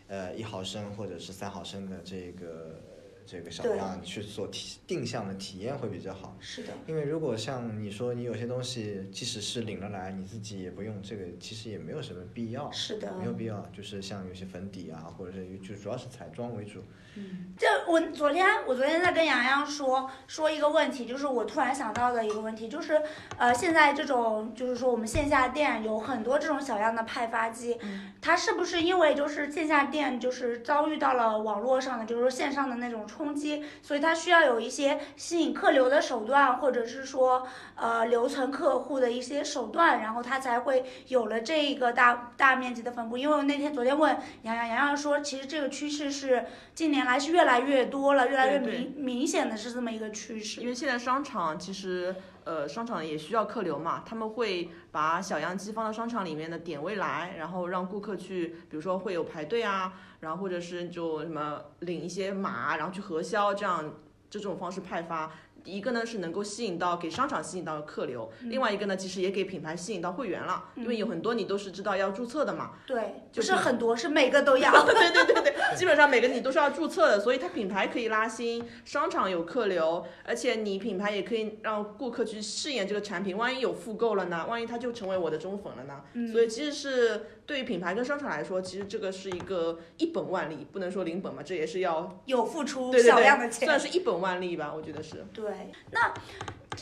[SPEAKER 3] 呃一毫升或者是三毫升的这个这个小
[SPEAKER 1] 对
[SPEAKER 3] 样去做体定向的体验会比较好。
[SPEAKER 1] 是的，
[SPEAKER 3] 因为如果像你说你有些东西，即使是领了来，你自己也不用，这个其实也没有什么必要。
[SPEAKER 1] 是的。
[SPEAKER 3] 哦没有必要，就是像有些粉底啊，或者是就主要是彩妆为主。
[SPEAKER 1] 这我昨天我昨天在跟洋洋说说一个问题，就是我突然想到的一个问题，就是呃，现在这种就是说我们线下店有很多这种小样的派发机，它是不是因为就是线下店就是遭遇到了网络上的就是说线上的那种冲击，所以它需要有一些吸引客流的手段，或者是说呃留存客户的一些手段，然后它才会有了这个大大面积的分布。因为我那天昨天问洋洋，洋洋说其实这个趋势是。近年来是越来越多了，越来越
[SPEAKER 2] 对对
[SPEAKER 1] 明明显的是这么一个趋势。
[SPEAKER 2] 因为现在商场其实，呃，商场也需要客流嘛，他们会把小样机放到商场里面的点位来，然后让顾客去，比如说会有排队啊，然后或者是就什么领一些码，然后去核销，这样这种方式派发。一个呢是能够吸引到给商场吸引到客流，另外一个呢其实也给品牌吸引到会员了，因为有很多你都是知道要注册的嘛，
[SPEAKER 1] 对，不
[SPEAKER 2] 就是
[SPEAKER 1] 是很多，是每个都要。
[SPEAKER 2] 对对对对， 基本上每个你都是要注册的，所以它品牌可以拉新，商场有客流，而且你品牌也可以让顾客去试验这个产品。万一有复购了呢？万一他就成为我的忠粉了呢？所以其实是对于品牌跟商场来说，其实这个是一个一本万利，不能说零本嘛，这也是要
[SPEAKER 1] 有付出
[SPEAKER 2] 对对
[SPEAKER 1] 少量的
[SPEAKER 2] 对，
[SPEAKER 1] 钱。
[SPEAKER 2] 算是一本万利吧，我觉得是。
[SPEAKER 1] 对，那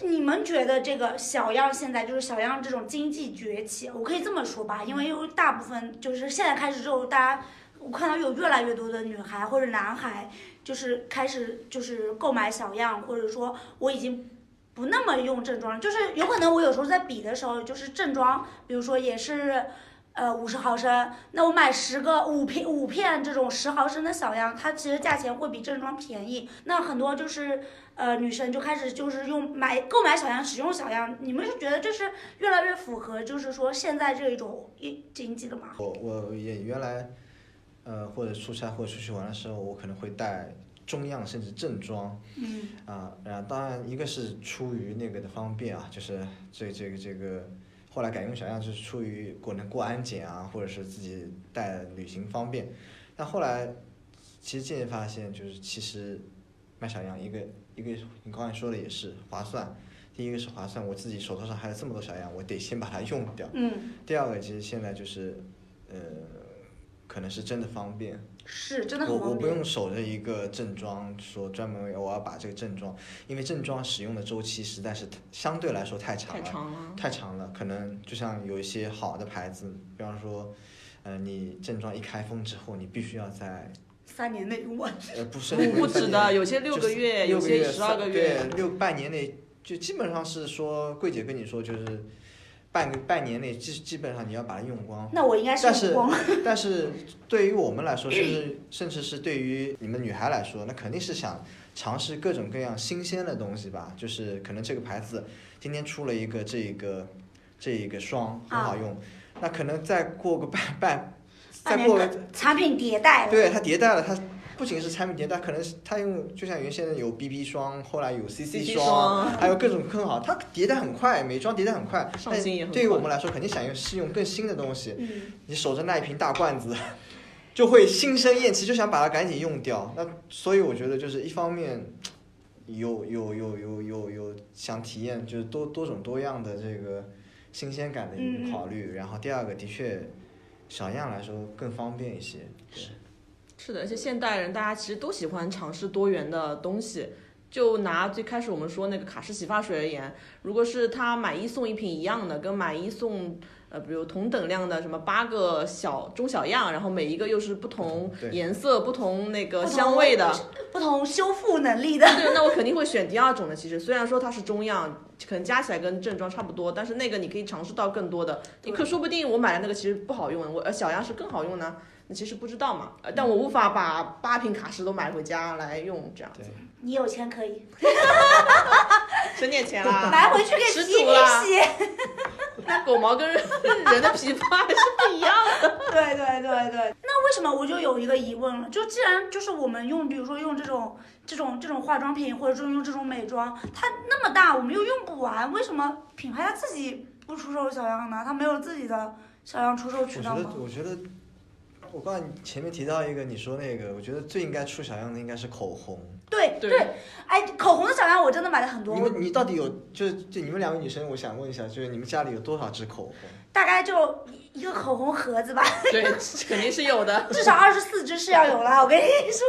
[SPEAKER 1] 你们觉得这个小样现在就是小样这种经济崛起，我可以这么说吧，因为有大部分就是现在开始之后，大家我看到有越来越多的女孩或者男孩，就是开始就是购买小样，或者说我已经。不那么用正装，就是有可能我有时候在比的时候，就是正装，比如说也是，呃五十毫升，那我买十个五片五片这种十毫升的小样，它其实价钱会比正装便宜。那很多就是呃，女生就开始就是用买购买小样、使用小样，你们是觉得这是越来越符合，就是说现在这一种一经济的吗？
[SPEAKER 3] 我我也原来，呃，或者出差或者出去玩的时候，我可能会带中样甚至正装
[SPEAKER 1] 嗯
[SPEAKER 3] 啊。然后当然，一个是出于那个的方便啊，就是这这个这个，后来改用小样就是出于过能过安检啊，或者是自己带旅行方便。但后来其实渐渐发现，就是其实卖小样一个一个，你刚才说的也是划算。第一个是划算，我自己手头上还有这么多小样，我得先把它用掉。
[SPEAKER 1] 嗯，
[SPEAKER 3] 第二个其实现在就是，呃，可能是真的方便。
[SPEAKER 1] 是真的很
[SPEAKER 3] 我我
[SPEAKER 1] 方
[SPEAKER 3] 不
[SPEAKER 1] 便。
[SPEAKER 3] 用守着一个正装，说专门为我要把这个正装，因为正装使用的周期实在是相对来说太长
[SPEAKER 2] 太
[SPEAKER 3] 了，
[SPEAKER 2] 长了，
[SPEAKER 3] 太长了。可能就像有一些好的牌子，比方说，呃，你正装一开封之后，你必须要在
[SPEAKER 1] 三年内用完，
[SPEAKER 3] 呃不是
[SPEAKER 2] 不不止的，有些
[SPEAKER 3] 就
[SPEAKER 2] 六个
[SPEAKER 3] 是
[SPEAKER 2] 月，
[SPEAKER 3] 六
[SPEAKER 2] 有
[SPEAKER 3] 个
[SPEAKER 2] 些
[SPEAKER 3] 月
[SPEAKER 2] 十二个
[SPEAKER 3] 三
[SPEAKER 2] 月，
[SPEAKER 3] 对，六半年内就基本上是说，柜姐跟你说就是半个半年内基基本上你要把它用光。
[SPEAKER 1] 那我应该
[SPEAKER 3] 但是
[SPEAKER 1] 用光。
[SPEAKER 3] 但是对于我们来说，甚至 甚至是对于你们女孩来说，那肯定是想尝试各种各样新鲜的东西吧。就是可能这个牌子今天出了一个这个这一个霜很
[SPEAKER 2] 啊
[SPEAKER 3] 好用，那可能再过个半半，
[SPEAKER 1] 半
[SPEAKER 3] 再
[SPEAKER 1] 年
[SPEAKER 3] 过个
[SPEAKER 1] 更产品迭代了，
[SPEAKER 3] 对它迭代了，它不仅是产品迭代，可能是它用就像原先有 BB 霜，后来有
[SPEAKER 2] CC
[SPEAKER 3] CC
[SPEAKER 2] 霜
[SPEAKER 3] 还有各种更好，它迭代很快，美妆迭代很快，
[SPEAKER 2] 上
[SPEAKER 3] 但
[SPEAKER 2] 新也很
[SPEAKER 3] 对于
[SPEAKER 2] 快
[SPEAKER 3] 我们来说，肯定想用试用更新的东西。
[SPEAKER 1] 嗯，
[SPEAKER 3] 你守着那一瓶大罐子， 就会心生厌弃，就想把它赶紧用掉。那所以我觉得就是一方面有有有有有有想体验就是多多种多样的这个新鲜感的一
[SPEAKER 1] 嗯嗯
[SPEAKER 3] 个考虑，然后第二个的确小样来说更方便一些。对
[SPEAKER 2] 是的，而且现代人大家其实都喜欢尝试多元的东西。就拿最开始我们说那个卡诗洗发水而言，如果是它买一送一瓶一样的，跟买一送呃，比如同等量的什么八个小中小样，然后每一个又是不同
[SPEAKER 3] 对
[SPEAKER 2] 颜色、不同那个
[SPEAKER 1] 不同
[SPEAKER 2] 香味的，
[SPEAKER 1] 不同修复能力的，
[SPEAKER 2] 对，那我肯定会选第二种的。其实虽然说它是中样，可能加起来跟正装差不多，但是那个你可以尝试到更多的。你
[SPEAKER 1] 对
[SPEAKER 2] 可说不定我买的那个其实不好用，我呃小样是更好用呢。你其实不知道嘛，呃但我无法把八瓶卡诗都买回家来用，这样
[SPEAKER 3] 对，
[SPEAKER 1] 你有钱可以
[SPEAKER 2] 省点钱
[SPEAKER 3] 啊
[SPEAKER 2] 啦。
[SPEAKER 1] 买回去给
[SPEAKER 2] 吃
[SPEAKER 1] 洗
[SPEAKER 2] 土啦
[SPEAKER 1] 一洗。
[SPEAKER 2] 那狗毛跟人的皮肤啊还是不一样的。
[SPEAKER 1] 对对对对，那为什么我就有一个疑问了？就既然就是我们用，比如说用这种这种这种化妆品，或者说用这种美妆，它那么大，我们又用不完，为什么品牌它自己不出售小样呢？它没有自己的小样出售渠
[SPEAKER 3] 我
[SPEAKER 1] 道
[SPEAKER 3] 觉
[SPEAKER 1] 吗
[SPEAKER 3] 得？我觉得我刚才前面提到一个你说那个，我觉得最应该出小样的应该是口红。
[SPEAKER 1] 对
[SPEAKER 2] 对
[SPEAKER 1] 对，哎，口红的小样我真的买了很多
[SPEAKER 3] 你，们你到底有就是就你们两位女生，我想问一下，就是你们家里有多少支口红？
[SPEAKER 1] 大概就一一个口红盒子吧，
[SPEAKER 2] 对，肯定是 有的。
[SPEAKER 1] 至少二十四支是要有了，我跟你说。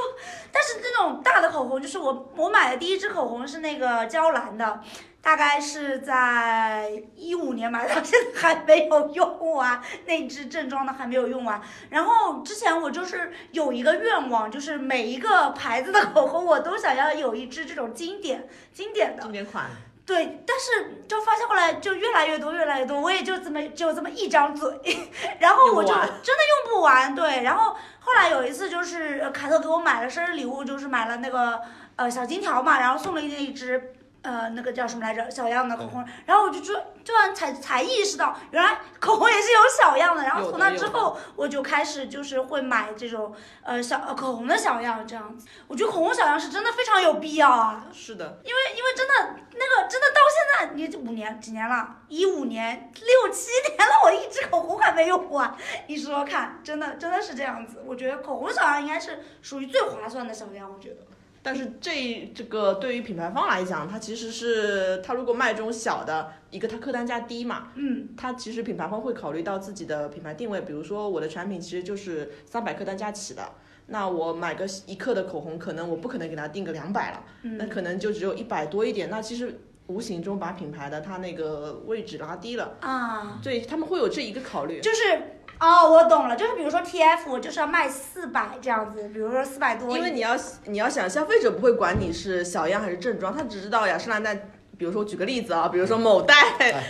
[SPEAKER 1] 但是这种大的口红，就是我我买的第一支口红是那个娇兰的，大概是在一五年买的， 到现在还没有用完、那支正装的还没有用完。然后之前我就是有一个愿望，就是每一个牌子的口红我都想要有一支这种经典经典的
[SPEAKER 2] 经。典款，
[SPEAKER 1] 对，但是就发现后来就越来越多，越来越多，我也就这么只有这么一张嘴， 然后我就
[SPEAKER 2] 用不完
[SPEAKER 1] 真的用不完。对，然后后来有一次就是呃凯特给我买了生日礼物，就是买了那个呃小金条嘛，然后送了一一只。呃，那个叫什么来着？小样的口
[SPEAKER 2] 嗯
[SPEAKER 1] 红，然后我就突突然才才意识到，原来口红也是有小样的。然后
[SPEAKER 2] 有的
[SPEAKER 1] 从那
[SPEAKER 2] 有
[SPEAKER 1] 之
[SPEAKER 2] 的
[SPEAKER 1] 后，我就开始就是会买这种呃小呃口红的小样这样子。我觉得口红小样是真的非常有必要啊，
[SPEAKER 2] 是的，
[SPEAKER 1] 因为因为真的那个真的到现在你这五年几年了，一五年六七年了，我一支口红还没用完。你说说看，真的真的是这样子。我觉得口红小样应该是属于最划算的小样，我觉得。
[SPEAKER 2] 但是这这个对于品牌方来讲，它其实是它如果卖这种小的，一个它客单价低嘛，
[SPEAKER 1] 嗯，
[SPEAKER 2] 它其实品牌方会考虑到自己的品牌定位，比如说我的产品其实就是三百客单价起的，那我买个一克的口红，可能我不可能给它定个两百了，
[SPEAKER 1] 嗯
[SPEAKER 2] 那可能就只有一百多一点，那其实无形中把品牌的它那个位置拉低了，
[SPEAKER 1] 啊。
[SPEAKER 2] 对他们会有这一个考虑。
[SPEAKER 1] 就是哦，我懂了，就是比如说 TF 我就是要卖四百这样子，比如说四百多一，
[SPEAKER 2] 因为你要你要想，消费者不会管你是小样还是正装，他只知道雅诗兰黛。比如说，举个例子啊，比如说某代，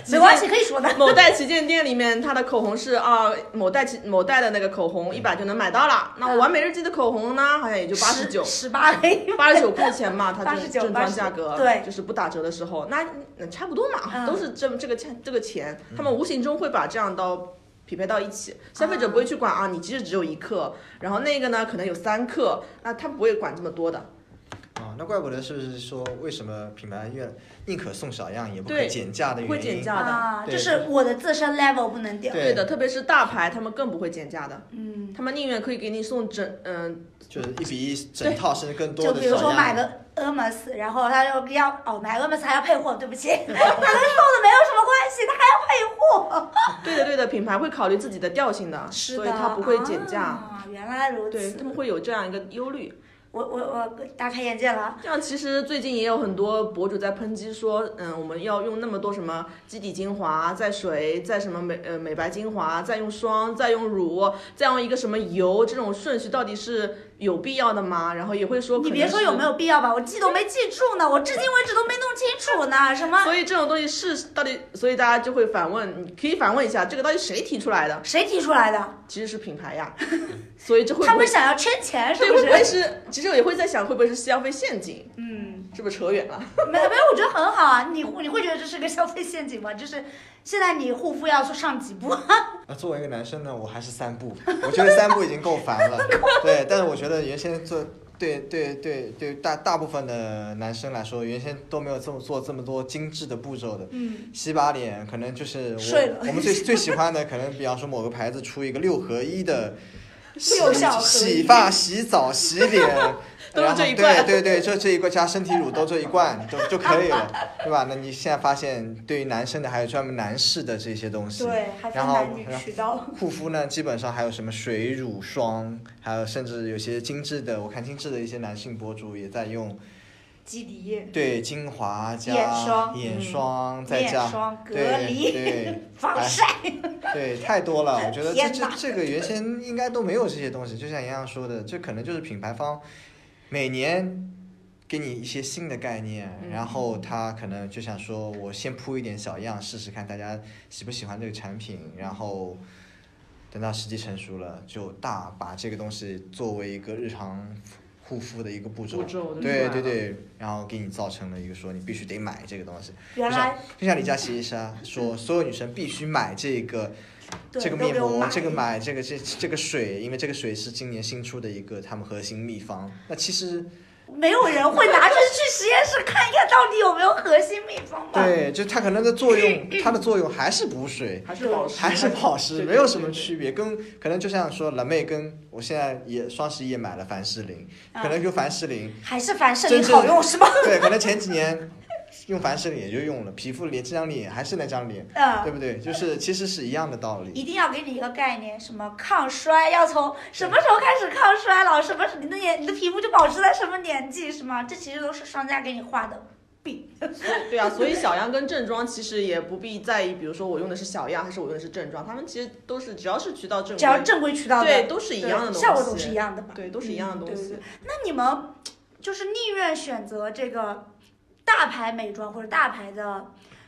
[SPEAKER 1] 没关系可以说的。
[SPEAKER 2] 某代旗舰店里面，它的口红是啊，某代旗某代的那个口红一百就能买到了。那我完美日记的口红呢，好像也就八十九，
[SPEAKER 1] 十八倍，
[SPEAKER 2] 八十九块钱嘛，它就是
[SPEAKER 1] 89
[SPEAKER 2] 正装价格，
[SPEAKER 1] 对
[SPEAKER 2] 就是不打折的时候，那那差不多嘛，
[SPEAKER 1] 嗯
[SPEAKER 2] 都是这么这个钱这个钱，他们无形中会把这样到。匹配到一起，消费者不会去管啊，你其实只有一克，然后那个呢可能有三克，那他不会管这么多的。
[SPEAKER 3] 啊，那怪不得是不是说为什么品牌越宁可送小样也不可
[SPEAKER 2] 对
[SPEAKER 3] 以减价的原因？
[SPEAKER 2] 会减价
[SPEAKER 1] 啊，
[SPEAKER 3] 对
[SPEAKER 1] 就是我的自身 level 不能掉。
[SPEAKER 3] 对
[SPEAKER 2] 对的，特别是大牌，他们更不会减价的，
[SPEAKER 1] 嗯，
[SPEAKER 2] 他们宁愿可以给你送整，嗯、
[SPEAKER 3] 就是一比一整套甚至更多
[SPEAKER 1] 就
[SPEAKER 3] 的
[SPEAKER 1] 比
[SPEAKER 3] 小
[SPEAKER 1] 如
[SPEAKER 3] 样。
[SPEAKER 1] 说买个 Hermes，然后他就要哦买 Hermes 还要配货，对不起， 买个 Hermes 没有什么关系，他还要配货。
[SPEAKER 2] 对的对的，品牌会考虑自己的调性的，
[SPEAKER 1] 是
[SPEAKER 2] 所
[SPEAKER 1] 的，
[SPEAKER 2] 以它不会减价，
[SPEAKER 1] 啊原来如
[SPEAKER 2] 对
[SPEAKER 1] 此
[SPEAKER 2] 他，们会有这样一个忧虑。
[SPEAKER 1] 我我我大开眼界了。
[SPEAKER 2] 这样其实最近也有很多博主在抨击说，嗯，我们要用那么多什么基底精华，再水，再什么美呃美白精华，再用霜，再用乳，再用一个什么油，这种顺序到底是有必要的吗？然后也会说，
[SPEAKER 1] 你别说有没
[SPEAKER 2] 有。
[SPEAKER 1] 有必要吧，我记都没记住呢，我至今为止都没弄清楚呢，什么
[SPEAKER 2] 所以这种东西是到底，所以大家就会反问，你可以反问一下，这个到底谁提出来的？
[SPEAKER 1] 谁提出来的？
[SPEAKER 2] 其实是品牌 呀，所以这会
[SPEAKER 1] 他
[SPEAKER 2] 不
[SPEAKER 1] 们
[SPEAKER 2] 会？
[SPEAKER 1] 想要圈钱是
[SPEAKER 2] 对，
[SPEAKER 1] 不
[SPEAKER 2] 会
[SPEAKER 1] 是？
[SPEAKER 2] 不会是？其实我也会在想，会不会是消费陷阱？
[SPEAKER 1] 嗯，
[SPEAKER 2] 是不是扯远了？
[SPEAKER 1] 没没有，我觉得很好啊。你会你会觉得这是个消费陷阱吗？就是现在你护肤要上几步？
[SPEAKER 2] 嗯
[SPEAKER 3] 那呃作为一个男生呢，我还是三步，我觉得三步已经够烦了。对，但是我觉得原先做对对对对大大部分的男生来说，原先都没有这么做这么多精致的步骤的。
[SPEAKER 1] 嗯，
[SPEAKER 3] 洗把脸可能就是
[SPEAKER 1] 睡了
[SPEAKER 3] 我我们最最喜欢的，可能比方说某个牌子出一个六合一的。洗
[SPEAKER 1] 六小合一
[SPEAKER 3] 洗发、洗澡、洗 脸，
[SPEAKER 2] 都是
[SPEAKER 3] 然后
[SPEAKER 2] 这一罐
[SPEAKER 3] 对对对，就这一罐加身体乳都这一罐就就可以了，对吧？那你现在发现，对于男生的还有专门男士的这些东西，
[SPEAKER 1] 对，还分
[SPEAKER 3] 然后
[SPEAKER 1] 男女
[SPEAKER 3] 然后
[SPEAKER 1] 渠道。
[SPEAKER 3] 护肤呢，基本上还有什么水乳霜，还有甚至有些精致的，我看精致的一些男性博主也在用，
[SPEAKER 1] 基底液、
[SPEAKER 3] 对精华加
[SPEAKER 1] 眼霜
[SPEAKER 3] 眼霜再
[SPEAKER 1] 面
[SPEAKER 3] 加
[SPEAKER 1] 霜、隔
[SPEAKER 3] 对
[SPEAKER 1] 离、
[SPEAKER 3] 对
[SPEAKER 1] 防
[SPEAKER 3] 哎
[SPEAKER 1] 晒。
[SPEAKER 3] 对，太多了。我觉得这
[SPEAKER 1] 天
[SPEAKER 3] 这
[SPEAKER 1] 哪
[SPEAKER 3] 这个原先应该都没有这些东西，就像洋洋说的，这可能就是品牌方每年。给你一些新的概念，
[SPEAKER 1] 嗯
[SPEAKER 3] 然后他可能就想说，我先铺一点小样试试看，大家喜不喜欢这个产品，然后等到时机成熟了，就大把这个东西作为一个日常护肤的一个步骤，
[SPEAKER 2] 步骤就
[SPEAKER 3] 对
[SPEAKER 2] 出来了
[SPEAKER 3] 对对，然后给你造成了一个说你必须得买这个东西，
[SPEAKER 1] 原来
[SPEAKER 3] 就像李佳琦医生说，所有女生必须买这个
[SPEAKER 1] 对
[SPEAKER 3] 这个
[SPEAKER 1] 都
[SPEAKER 3] 面
[SPEAKER 1] 给我
[SPEAKER 3] 膜
[SPEAKER 1] 买，
[SPEAKER 3] 这个买这个这这个水，因为这个水是今年新出的一个他们核心秘方。那其实
[SPEAKER 1] 没有人会拿着去实验室看一看到底有没有核心秘方吧？
[SPEAKER 3] 对，就它可能的作用，它的作用还是补水，
[SPEAKER 2] 还是保湿？
[SPEAKER 3] 还是保湿，
[SPEAKER 2] 对
[SPEAKER 3] 没有什么区别。跟可能就像说蓝妹跟我现在也双十一也买了凡士林，
[SPEAKER 1] 啊
[SPEAKER 3] 可能就凡士 林，
[SPEAKER 1] 还是凡士
[SPEAKER 3] 真
[SPEAKER 1] 林
[SPEAKER 3] 正
[SPEAKER 1] 好用是吧？
[SPEAKER 3] 对，可能前几年用凡士林也就用了，皮肤脸这张脸还是那张脸，
[SPEAKER 1] 嗯。
[SPEAKER 3] 对不对？就是其实是一样的道理。
[SPEAKER 1] 一定要给你一个概念，什么抗衰，要从什么时候开始抗衰老，什么时你的眼你的皮肤就保持在什么年纪，是吗？这其实都是商家给你画的饼。
[SPEAKER 2] 对啊，所以小样跟正装其实也不必在意，比如说我用的是小样还是我用的是正装，他们其实都是只要是渠道正
[SPEAKER 1] 只要
[SPEAKER 2] 规，
[SPEAKER 1] 正规渠道的，
[SPEAKER 2] 对，都是一样的
[SPEAKER 1] 对
[SPEAKER 2] 东西，
[SPEAKER 1] 效果都是一样的吧？
[SPEAKER 2] 对，都是一样的东
[SPEAKER 1] 嗯对
[SPEAKER 2] 西
[SPEAKER 1] 对。那你们就是宁愿选择这个大牌美妆或者大牌的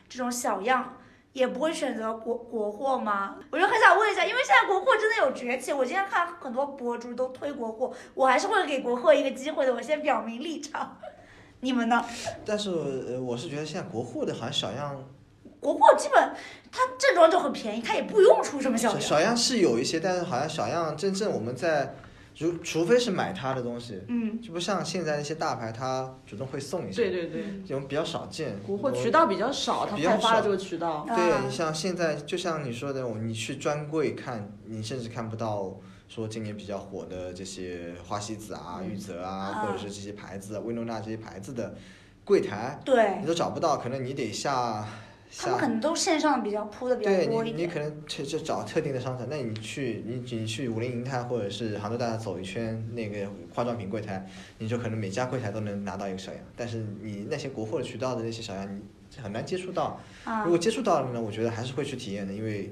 [SPEAKER 1] 这种小样，也不会选择国国货吗？我就很想问一下，因为现在国货真的有崛起，我今天看很多博主都推国货，我还是会给国货一个机会的，我先表明立场。 你们呢？
[SPEAKER 3] 但是呃，我是觉得现在国货的好像小样
[SPEAKER 1] 国货基本它正装就很便宜，它也不用出什么小
[SPEAKER 3] 小
[SPEAKER 1] 样。
[SPEAKER 3] 小样是有一些，但是好像小样真正我们在，如除非是买它的东西，
[SPEAKER 1] 嗯，
[SPEAKER 3] 就不像现在那些大牌，它主动会送一些，
[SPEAKER 2] 对对对，
[SPEAKER 3] 这种比较少见。
[SPEAKER 2] 国货
[SPEAKER 3] 我
[SPEAKER 2] 渠道比较少，它
[SPEAKER 3] 比较
[SPEAKER 2] 开发了
[SPEAKER 3] 少
[SPEAKER 2] 这个渠道。
[SPEAKER 1] 啊
[SPEAKER 3] 对，像现在就像你说的，我你去专柜看，你甚至看不到说今年比较火的这些花西子啊、
[SPEAKER 2] 嗯
[SPEAKER 3] 玉泽
[SPEAKER 1] 啊
[SPEAKER 3] 啊，或者是这些牌子、薇诺娜这些牌子的柜台，
[SPEAKER 1] 对
[SPEAKER 3] 你，都找不到，可能你得下
[SPEAKER 1] 他们可
[SPEAKER 3] 下。
[SPEAKER 1] 能都线上比较铺的比较
[SPEAKER 3] 对
[SPEAKER 1] 多
[SPEAKER 3] 你，
[SPEAKER 1] 一
[SPEAKER 3] 你
[SPEAKER 1] 点。
[SPEAKER 3] 可能去去找特定的商场，那你去你你去武林银泰或者是杭州大厦走一圈，那个化妆品柜台，你就可能每家柜台都能拿到一个小样，但是你那些国货渠道的那些小样，你很难接触到。
[SPEAKER 1] 啊
[SPEAKER 3] 如，果接触到了呢，我觉得还是会去体验的，因为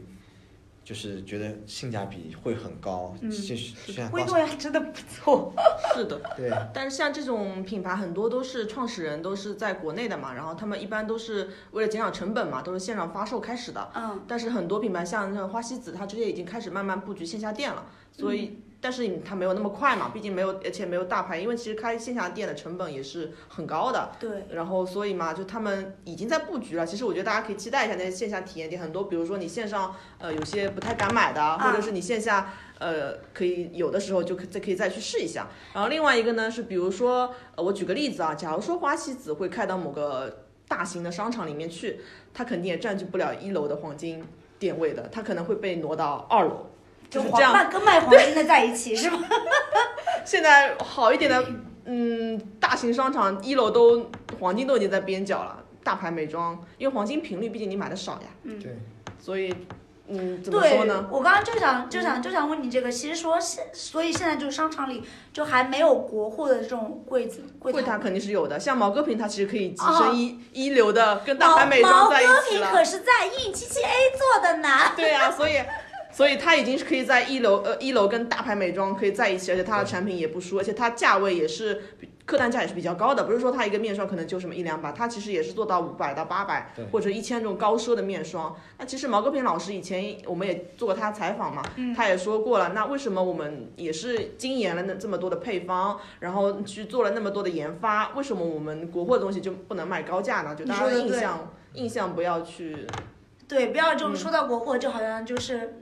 [SPEAKER 3] 就是觉得性价比会很高，
[SPEAKER 1] 嗯
[SPEAKER 3] 就就像
[SPEAKER 1] 薇
[SPEAKER 3] 高
[SPEAKER 1] 诺雅真的不错。
[SPEAKER 2] 是的，
[SPEAKER 3] 对
[SPEAKER 2] 但是像这种品牌很多都是创始人都是在国内的嘛，然后他们一般都是为了减少成本嘛，都是线上发售开始的。
[SPEAKER 1] 嗯，
[SPEAKER 2] 但是很多品牌像那种花西子，它这些已经开始慢慢布局线下店了，所以、但是它没有那么快嘛，毕竟没有，而且没有大牌，因为其实开线下店的成本也是很高的。
[SPEAKER 1] 对，
[SPEAKER 2] 然后所以嘛，就他们已经在布局了。其实我觉得大家可以期待一下那些线下体验店，很多比如说你线上呃有些不太敢买的啊，
[SPEAKER 1] 啊
[SPEAKER 2] 或者是你线下呃可以有的时候就可再可以再去试一下。然后另外一个呢是比如说呃我举个例子啊，假如说花西子会开到某个大型的商场里面去，它肯定也占据不了一楼的黄金店位的，它可能会被挪到二楼。
[SPEAKER 1] 就
[SPEAKER 2] 就是
[SPEAKER 1] 黄
[SPEAKER 2] 这样
[SPEAKER 1] 那跟卖黄金的在一起是吧？
[SPEAKER 2] 现在好一点的，嗯，大型商场一楼都黄金都已经在边角了，大牌美妆，因为黄金频率毕竟你买的少呀，
[SPEAKER 1] 嗯
[SPEAKER 3] 对，
[SPEAKER 2] 所以，嗯，怎么
[SPEAKER 1] 对
[SPEAKER 2] 说呢？，
[SPEAKER 1] 我刚刚就想就想就想问你这个，其实说现，所以现在就是商场里就还没有国货的这种柜子柜
[SPEAKER 2] 柜台
[SPEAKER 1] 台。
[SPEAKER 2] 肯定是有的，像毛戈平，它其实可以跻
[SPEAKER 1] 哦
[SPEAKER 2] 身一、一流的，跟大牌
[SPEAKER 1] 毛
[SPEAKER 2] 美妆
[SPEAKER 1] 毛
[SPEAKER 2] 在一
[SPEAKER 1] 戈
[SPEAKER 2] 起
[SPEAKER 1] 平
[SPEAKER 2] 了。
[SPEAKER 1] 可是在硬七七 A 做的呢。
[SPEAKER 2] 对呀、所以，所以它已经是可以在一楼，呃，一楼跟大牌美妆可以在一起，而且它的产品也不输，而且它价位也是比客单价也是比较高的，不是说它一个面霜可能就什么一两百，它其实也是做到五百到八百
[SPEAKER 3] 对
[SPEAKER 2] 或者一千这种高奢的面霜。那其实毛戈平老师以前我们也做过他采访嘛，他也说过了，那为什么我们也是精研了那这么多的配方，然后去做了那么多的研发，为什么我们国货的东西就不能卖高价呢？就大家
[SPEAKER 1] 你说
[SPEAKER 2] 的
[SPEAKER 1] 得
[SPEAKER 2] 印
[SPEAKER 1] 对
[SPEAKER 2] 象印象不要去
[SPEAKER 1] 对，不要就是
[SPEAKER 2] 嗯
[SPEAKER 1] 说到国货，就好像就是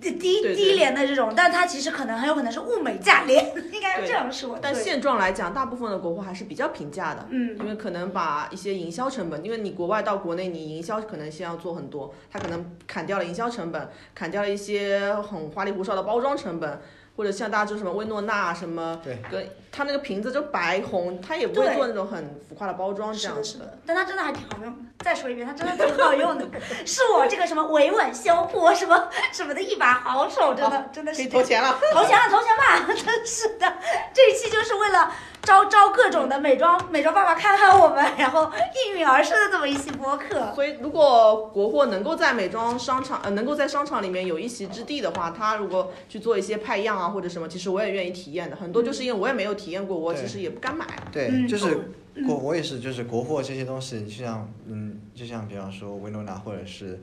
[SPEAKER 1] 低低
[SPEAKER 2] 对对
[SPEAKER 1] 低廉的这种，但它其实可能很有可能是物美价廉， 应该是这样说。
[SPEAKER 2] 但
[SPEAKER 1] 对
[SPEAKER 2] 现状来讲，大部分的国货还是比较平价的，
[SPEAKER 1] 嗯
[SPEAKER 2] 因为可能把一些营销成本，因为你国外到国内，你营销可能先要做很多，它可能砍掉了营销成本，砍掉了一些很花里胡哨的包装成本，或者像大家知道什么薇诺娜啊什么，
[SPEAKER 3] 对，
[SPEAKER 2] 跟它那个瓶子就白红，它也不会
[SPEAKER 1] 对
[SPEAKER 2] 做那种很浮夸的包装这
[SPEAKER 1] 是
[SPEAKER 2] 样
[SPEAKER 1] 的，
[SPEAKER 2] 子。
[SPEAKER 1] 是的，但它真的还挺好用的。再说一遍，它真的挺好用的， 是我这个什么维稳修护什么什么的一把好手，真的真的
[SPEAKER 2] 可以
[SPEAKER 1] 是
[SPEAKER 2] 投钱了，
[SPEAKER 1] 投钱了，投钱吧！ 真是的，这一期就是为了招招各种的美妆美妆爸爸看看我们，然后应运而生的这么一期播客。
[SPEAKER 2] 所以如果国货能够在美妆商场，呃，能够在商场里面有一席之地的话，它如果去做一些派样啊或者什么，其实我也愿意体验的。很多就是因为我也没有体验过，我
[SPEAKER 3] 嗯对
[SPEAKER 2] 其实也不敢买。
[SPEAKER 3] 对，
[SPEAKER 1] 嗯
[SPEAKER 3] 就是国我也是，就是国货这些东西，就像嗯，就像比方说薇诺娜或者是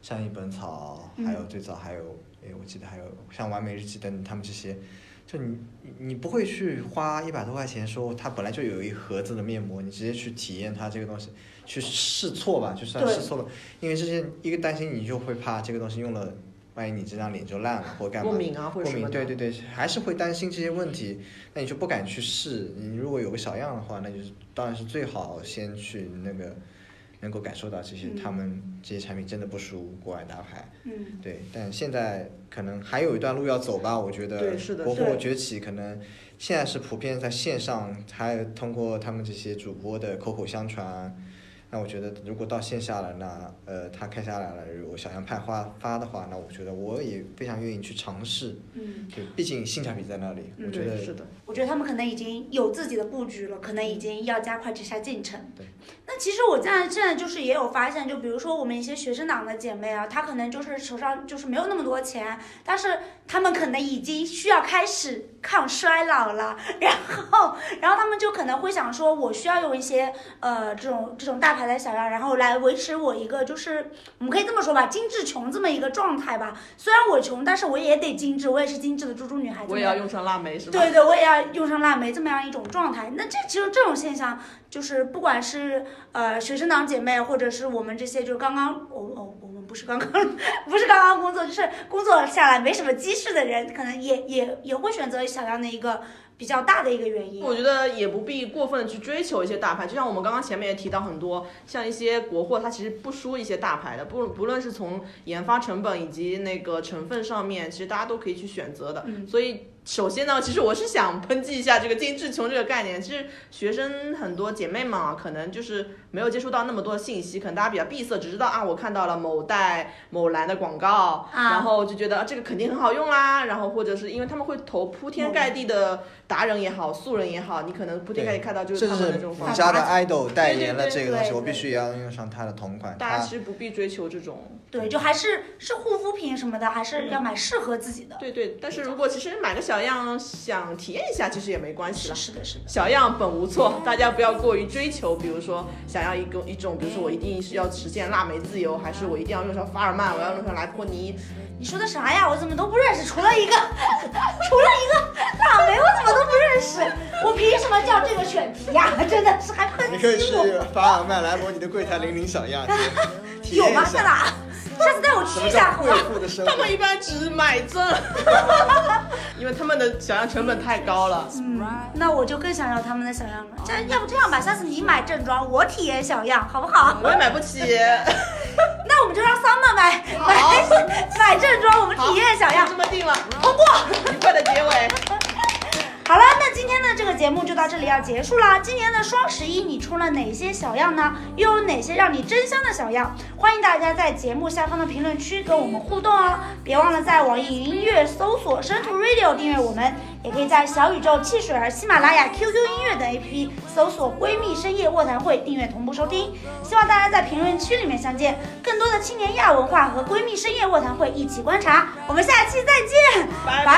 [SPEAKER 3] 像一本草，还
[SPEAKER 1] 嗯
[SPEAKER 3] 有最早还有哎，我记得还有像完美日记等他们这些，就你你你不会去花一百多块钱说它本来就有一盒子的面膜，你直接去体验它这个东西，去试错吧，就算
[SPEAKER 1] 对
[SPEAKER 3] 试错了，因为这些一个担心你就会怕这个东西用了，万一你这张脸就烂了或干嘛
[SPEAKER 2] 过。敏啊，或者
[SPEAKER 3] 过
[SPEAKER 2] 什么
[SPEAKER 3] 敏，
[SPEAKER 2] 的。
[SPEAKER 3] 对对对，还是会担心这些问题，那你就不敢去试。你如果有个小样的话，那就是当然是最好先去那个，能够感受到这些、
[SPEAKER 1] 嗯
[SPEAKER 3] 他们这些产品真的不输国外大牌。
[SPEAKER 1] 嗯，
[SPEAKER 3] 对，但现在可能还有一段路要走吧，我觉得。
[SPEAKER 2] 对是的
[SPEAKER 3] 国
[SPEAKER 1] 是的
[SPEAKER 3] 货崛起可能现在是普遍在线上，还有通过他们这些主播的口口相传。啊那我觉得，如果到线下了，那呃，他开下来了，如果小样派发发的话，那我觉得我也非常愿意去尝试。
[SPEAKER 1] 嗯，
[SPEAKER 3] 对，毕竟性价比在那里，
[SPEAKER 1] 嗯
[SPEAKER 3] 我觉
[SPEAKER 2] 对
[SPEAKER 3] 得
[SPEAKER 2] 是的。
[SPEAKER 1] 我觉得他们可能已经有自己的布局了，可能已经要加快这下进程。
[SPEAKER 3] 对，
[SPEAKER 1] 那其实我现在现在就是也有发现，就比如说我们一些学生党的姐妹啊，她可能就是手上就是没有那么多钱，但是她们可能已经需要开始抗衰老 了，然后然后她们就可能会想说，我需要用一些呃这种这种大牌海的小样，然后来维持我一个就是我们可以这么说吧，精致穷这么一个状态吧。虽然我穷，但是我也得精致，我也是精致的猪猪女孩。
[SPEAKER 2] 我也要用上腊梅是吧？
[SPEAKER 1] 对对，我也要用上腊梅这么样一种状态。那这其实这种现象，就是不管是呃学生党姐妹，或者是我们这些就是刚刚我我、我们不是刚刚 不是刚刚工作，就是工作下来没什么积蓄的人，可能也也也会选择小样的一个比较大的一个原因。
[SPEAKER 2] 我觉得也不必过分地去追求一些大牌，就像我们刚刚前面也提到很多，像一些国货，它其实不输一些大牌的，不不论是从研发成本以及那个成分上面，其实大家都可以去选择的。所以首先呢，其实我是想抨击一下这个精致穷这个概念。其实学生很多姐妹们啊，可能就是没有接触到那么多信息，可能大家比较闭塞，只知道啊，我看到了某代某蓝的广告，
[SPEAKER 1] 啊
[SPEAKER 2] 然后就觉得啊这个肯定很好用啦，然后或者是因为他们会投铺天盖地的达人也好，素人也好，你可能铺天盖地看到就是
[SPEAKER 3] 甚
[SPEAKER 2] 他们
[SPEAKER 3] 至
[SPEAKER 2] 的这种
[SPEAKER 3] 某
[SPEAKER 2] 方
[SPEAKER 3] 家的
[SPEAKER 2] 法，
[SPEAKER 3] idol 代
[SPEAKER 2] 对对
[SPEAKER 3] 言了
[SPEAKER 2] 对
[SPEAKER 3] 这个东西，
[SPEAKER 1] 对
[SPEAKER 3] 我必
[SPEAKER 1] 对
[SPEAKER 3] 须也要用上它的同款。
[SPEAKER 2] 大家
[SPEAKER 3] 它
[SPEAKER 2] 其实不必追求这种。
[SPEAKER 1] 对，就还是是护肤品什么的，还是要买适合自己的。
[SPEAKER 2] 对对，但是如果其实买个小样想体验一下，其实也没关
[SPEAKER 1] 是
[SPEAKER 2] 系啦。
[SPEAKER 1] 是的，是的。
[SPEAKER 2] 小样本无错，大家不要过于追求，比如说想要一个一种，比如说我一定是要实现腊梅自由，还是我一定要用上法尔曼，我要用上莱珀尼，
[SPEAKER 1] 你说的啥呀？我怎么都不认识，除了一个除了一个腊梅，我怎么都不认识？我凭什么叫这个选题呀？真的是还
[SPEAKER 3] 你
[SPEAKER 1] 抨
[SPEAKER 3] 可以
[SPEAKER 1] 击
[SPEAKER 3] 去
[SPEAKER 1] 我？
[SPEAKER 3] 法尔曼莱博尼的柜台领领小样， 体
[SPEAKER 1] 有
[SPEAKER 3] 验
[SPEAKER 1] 吗
[SPEAKER 3] 一？
[SPEAKER 1] 在
[SPEAKER 3] 下
[SPEAKER 1] 哪？下次带我
[SPEAKER 3] 什
[SPEAKER 1] 去
[SPEAKER 3] 么
[SPEAKER 1] 一下
[SPEAKER 3] 叫
[SPEAKER 1] 好
[SPEAKER 3] 贵
[SPEAKER 1] 吗？
[SPEAKER 3] 妇的生
[SPEAKER 2] 他
[SPEAKER 3] 活
[SPEAKER 2] 们。一般只买赠， 因为他们的小样成本太高了。
[SPEAKER 1] 嗯，那我就更想要他们的小样了。这样要不这样吧，下次你买正装，我体验小样，好不好？
[SPEAKER 2] 我也买不起，
[SPEAKER 1] 那我们就让 Summer 买买买正装，我们体验小样
[SPEAKER 2] 就。这么定了，通过，愉快的结尾。
[SPEAKER 1] 好了，那今天的这个节目就到这里要结束啦。今年的双十一你出了哪些小样呢？又有哪些让你真香的小样？欢迎大家在节目下方的评论区跟我们互动哦！别忘了在网易云音乐搜索“深图 Radio” 订阅我们，也可以在小宇宙、汽水儿、喜马拉雅、QQ 音乐等 APP 搜索“闺蜜深夜卧谈会”订阅同步收听。希望大家在评论区里面相见，更多的青年亚文化和闺蜜深夜卧谈会一起观察。我们下期再见，
[SPEAKER 2] 拜拜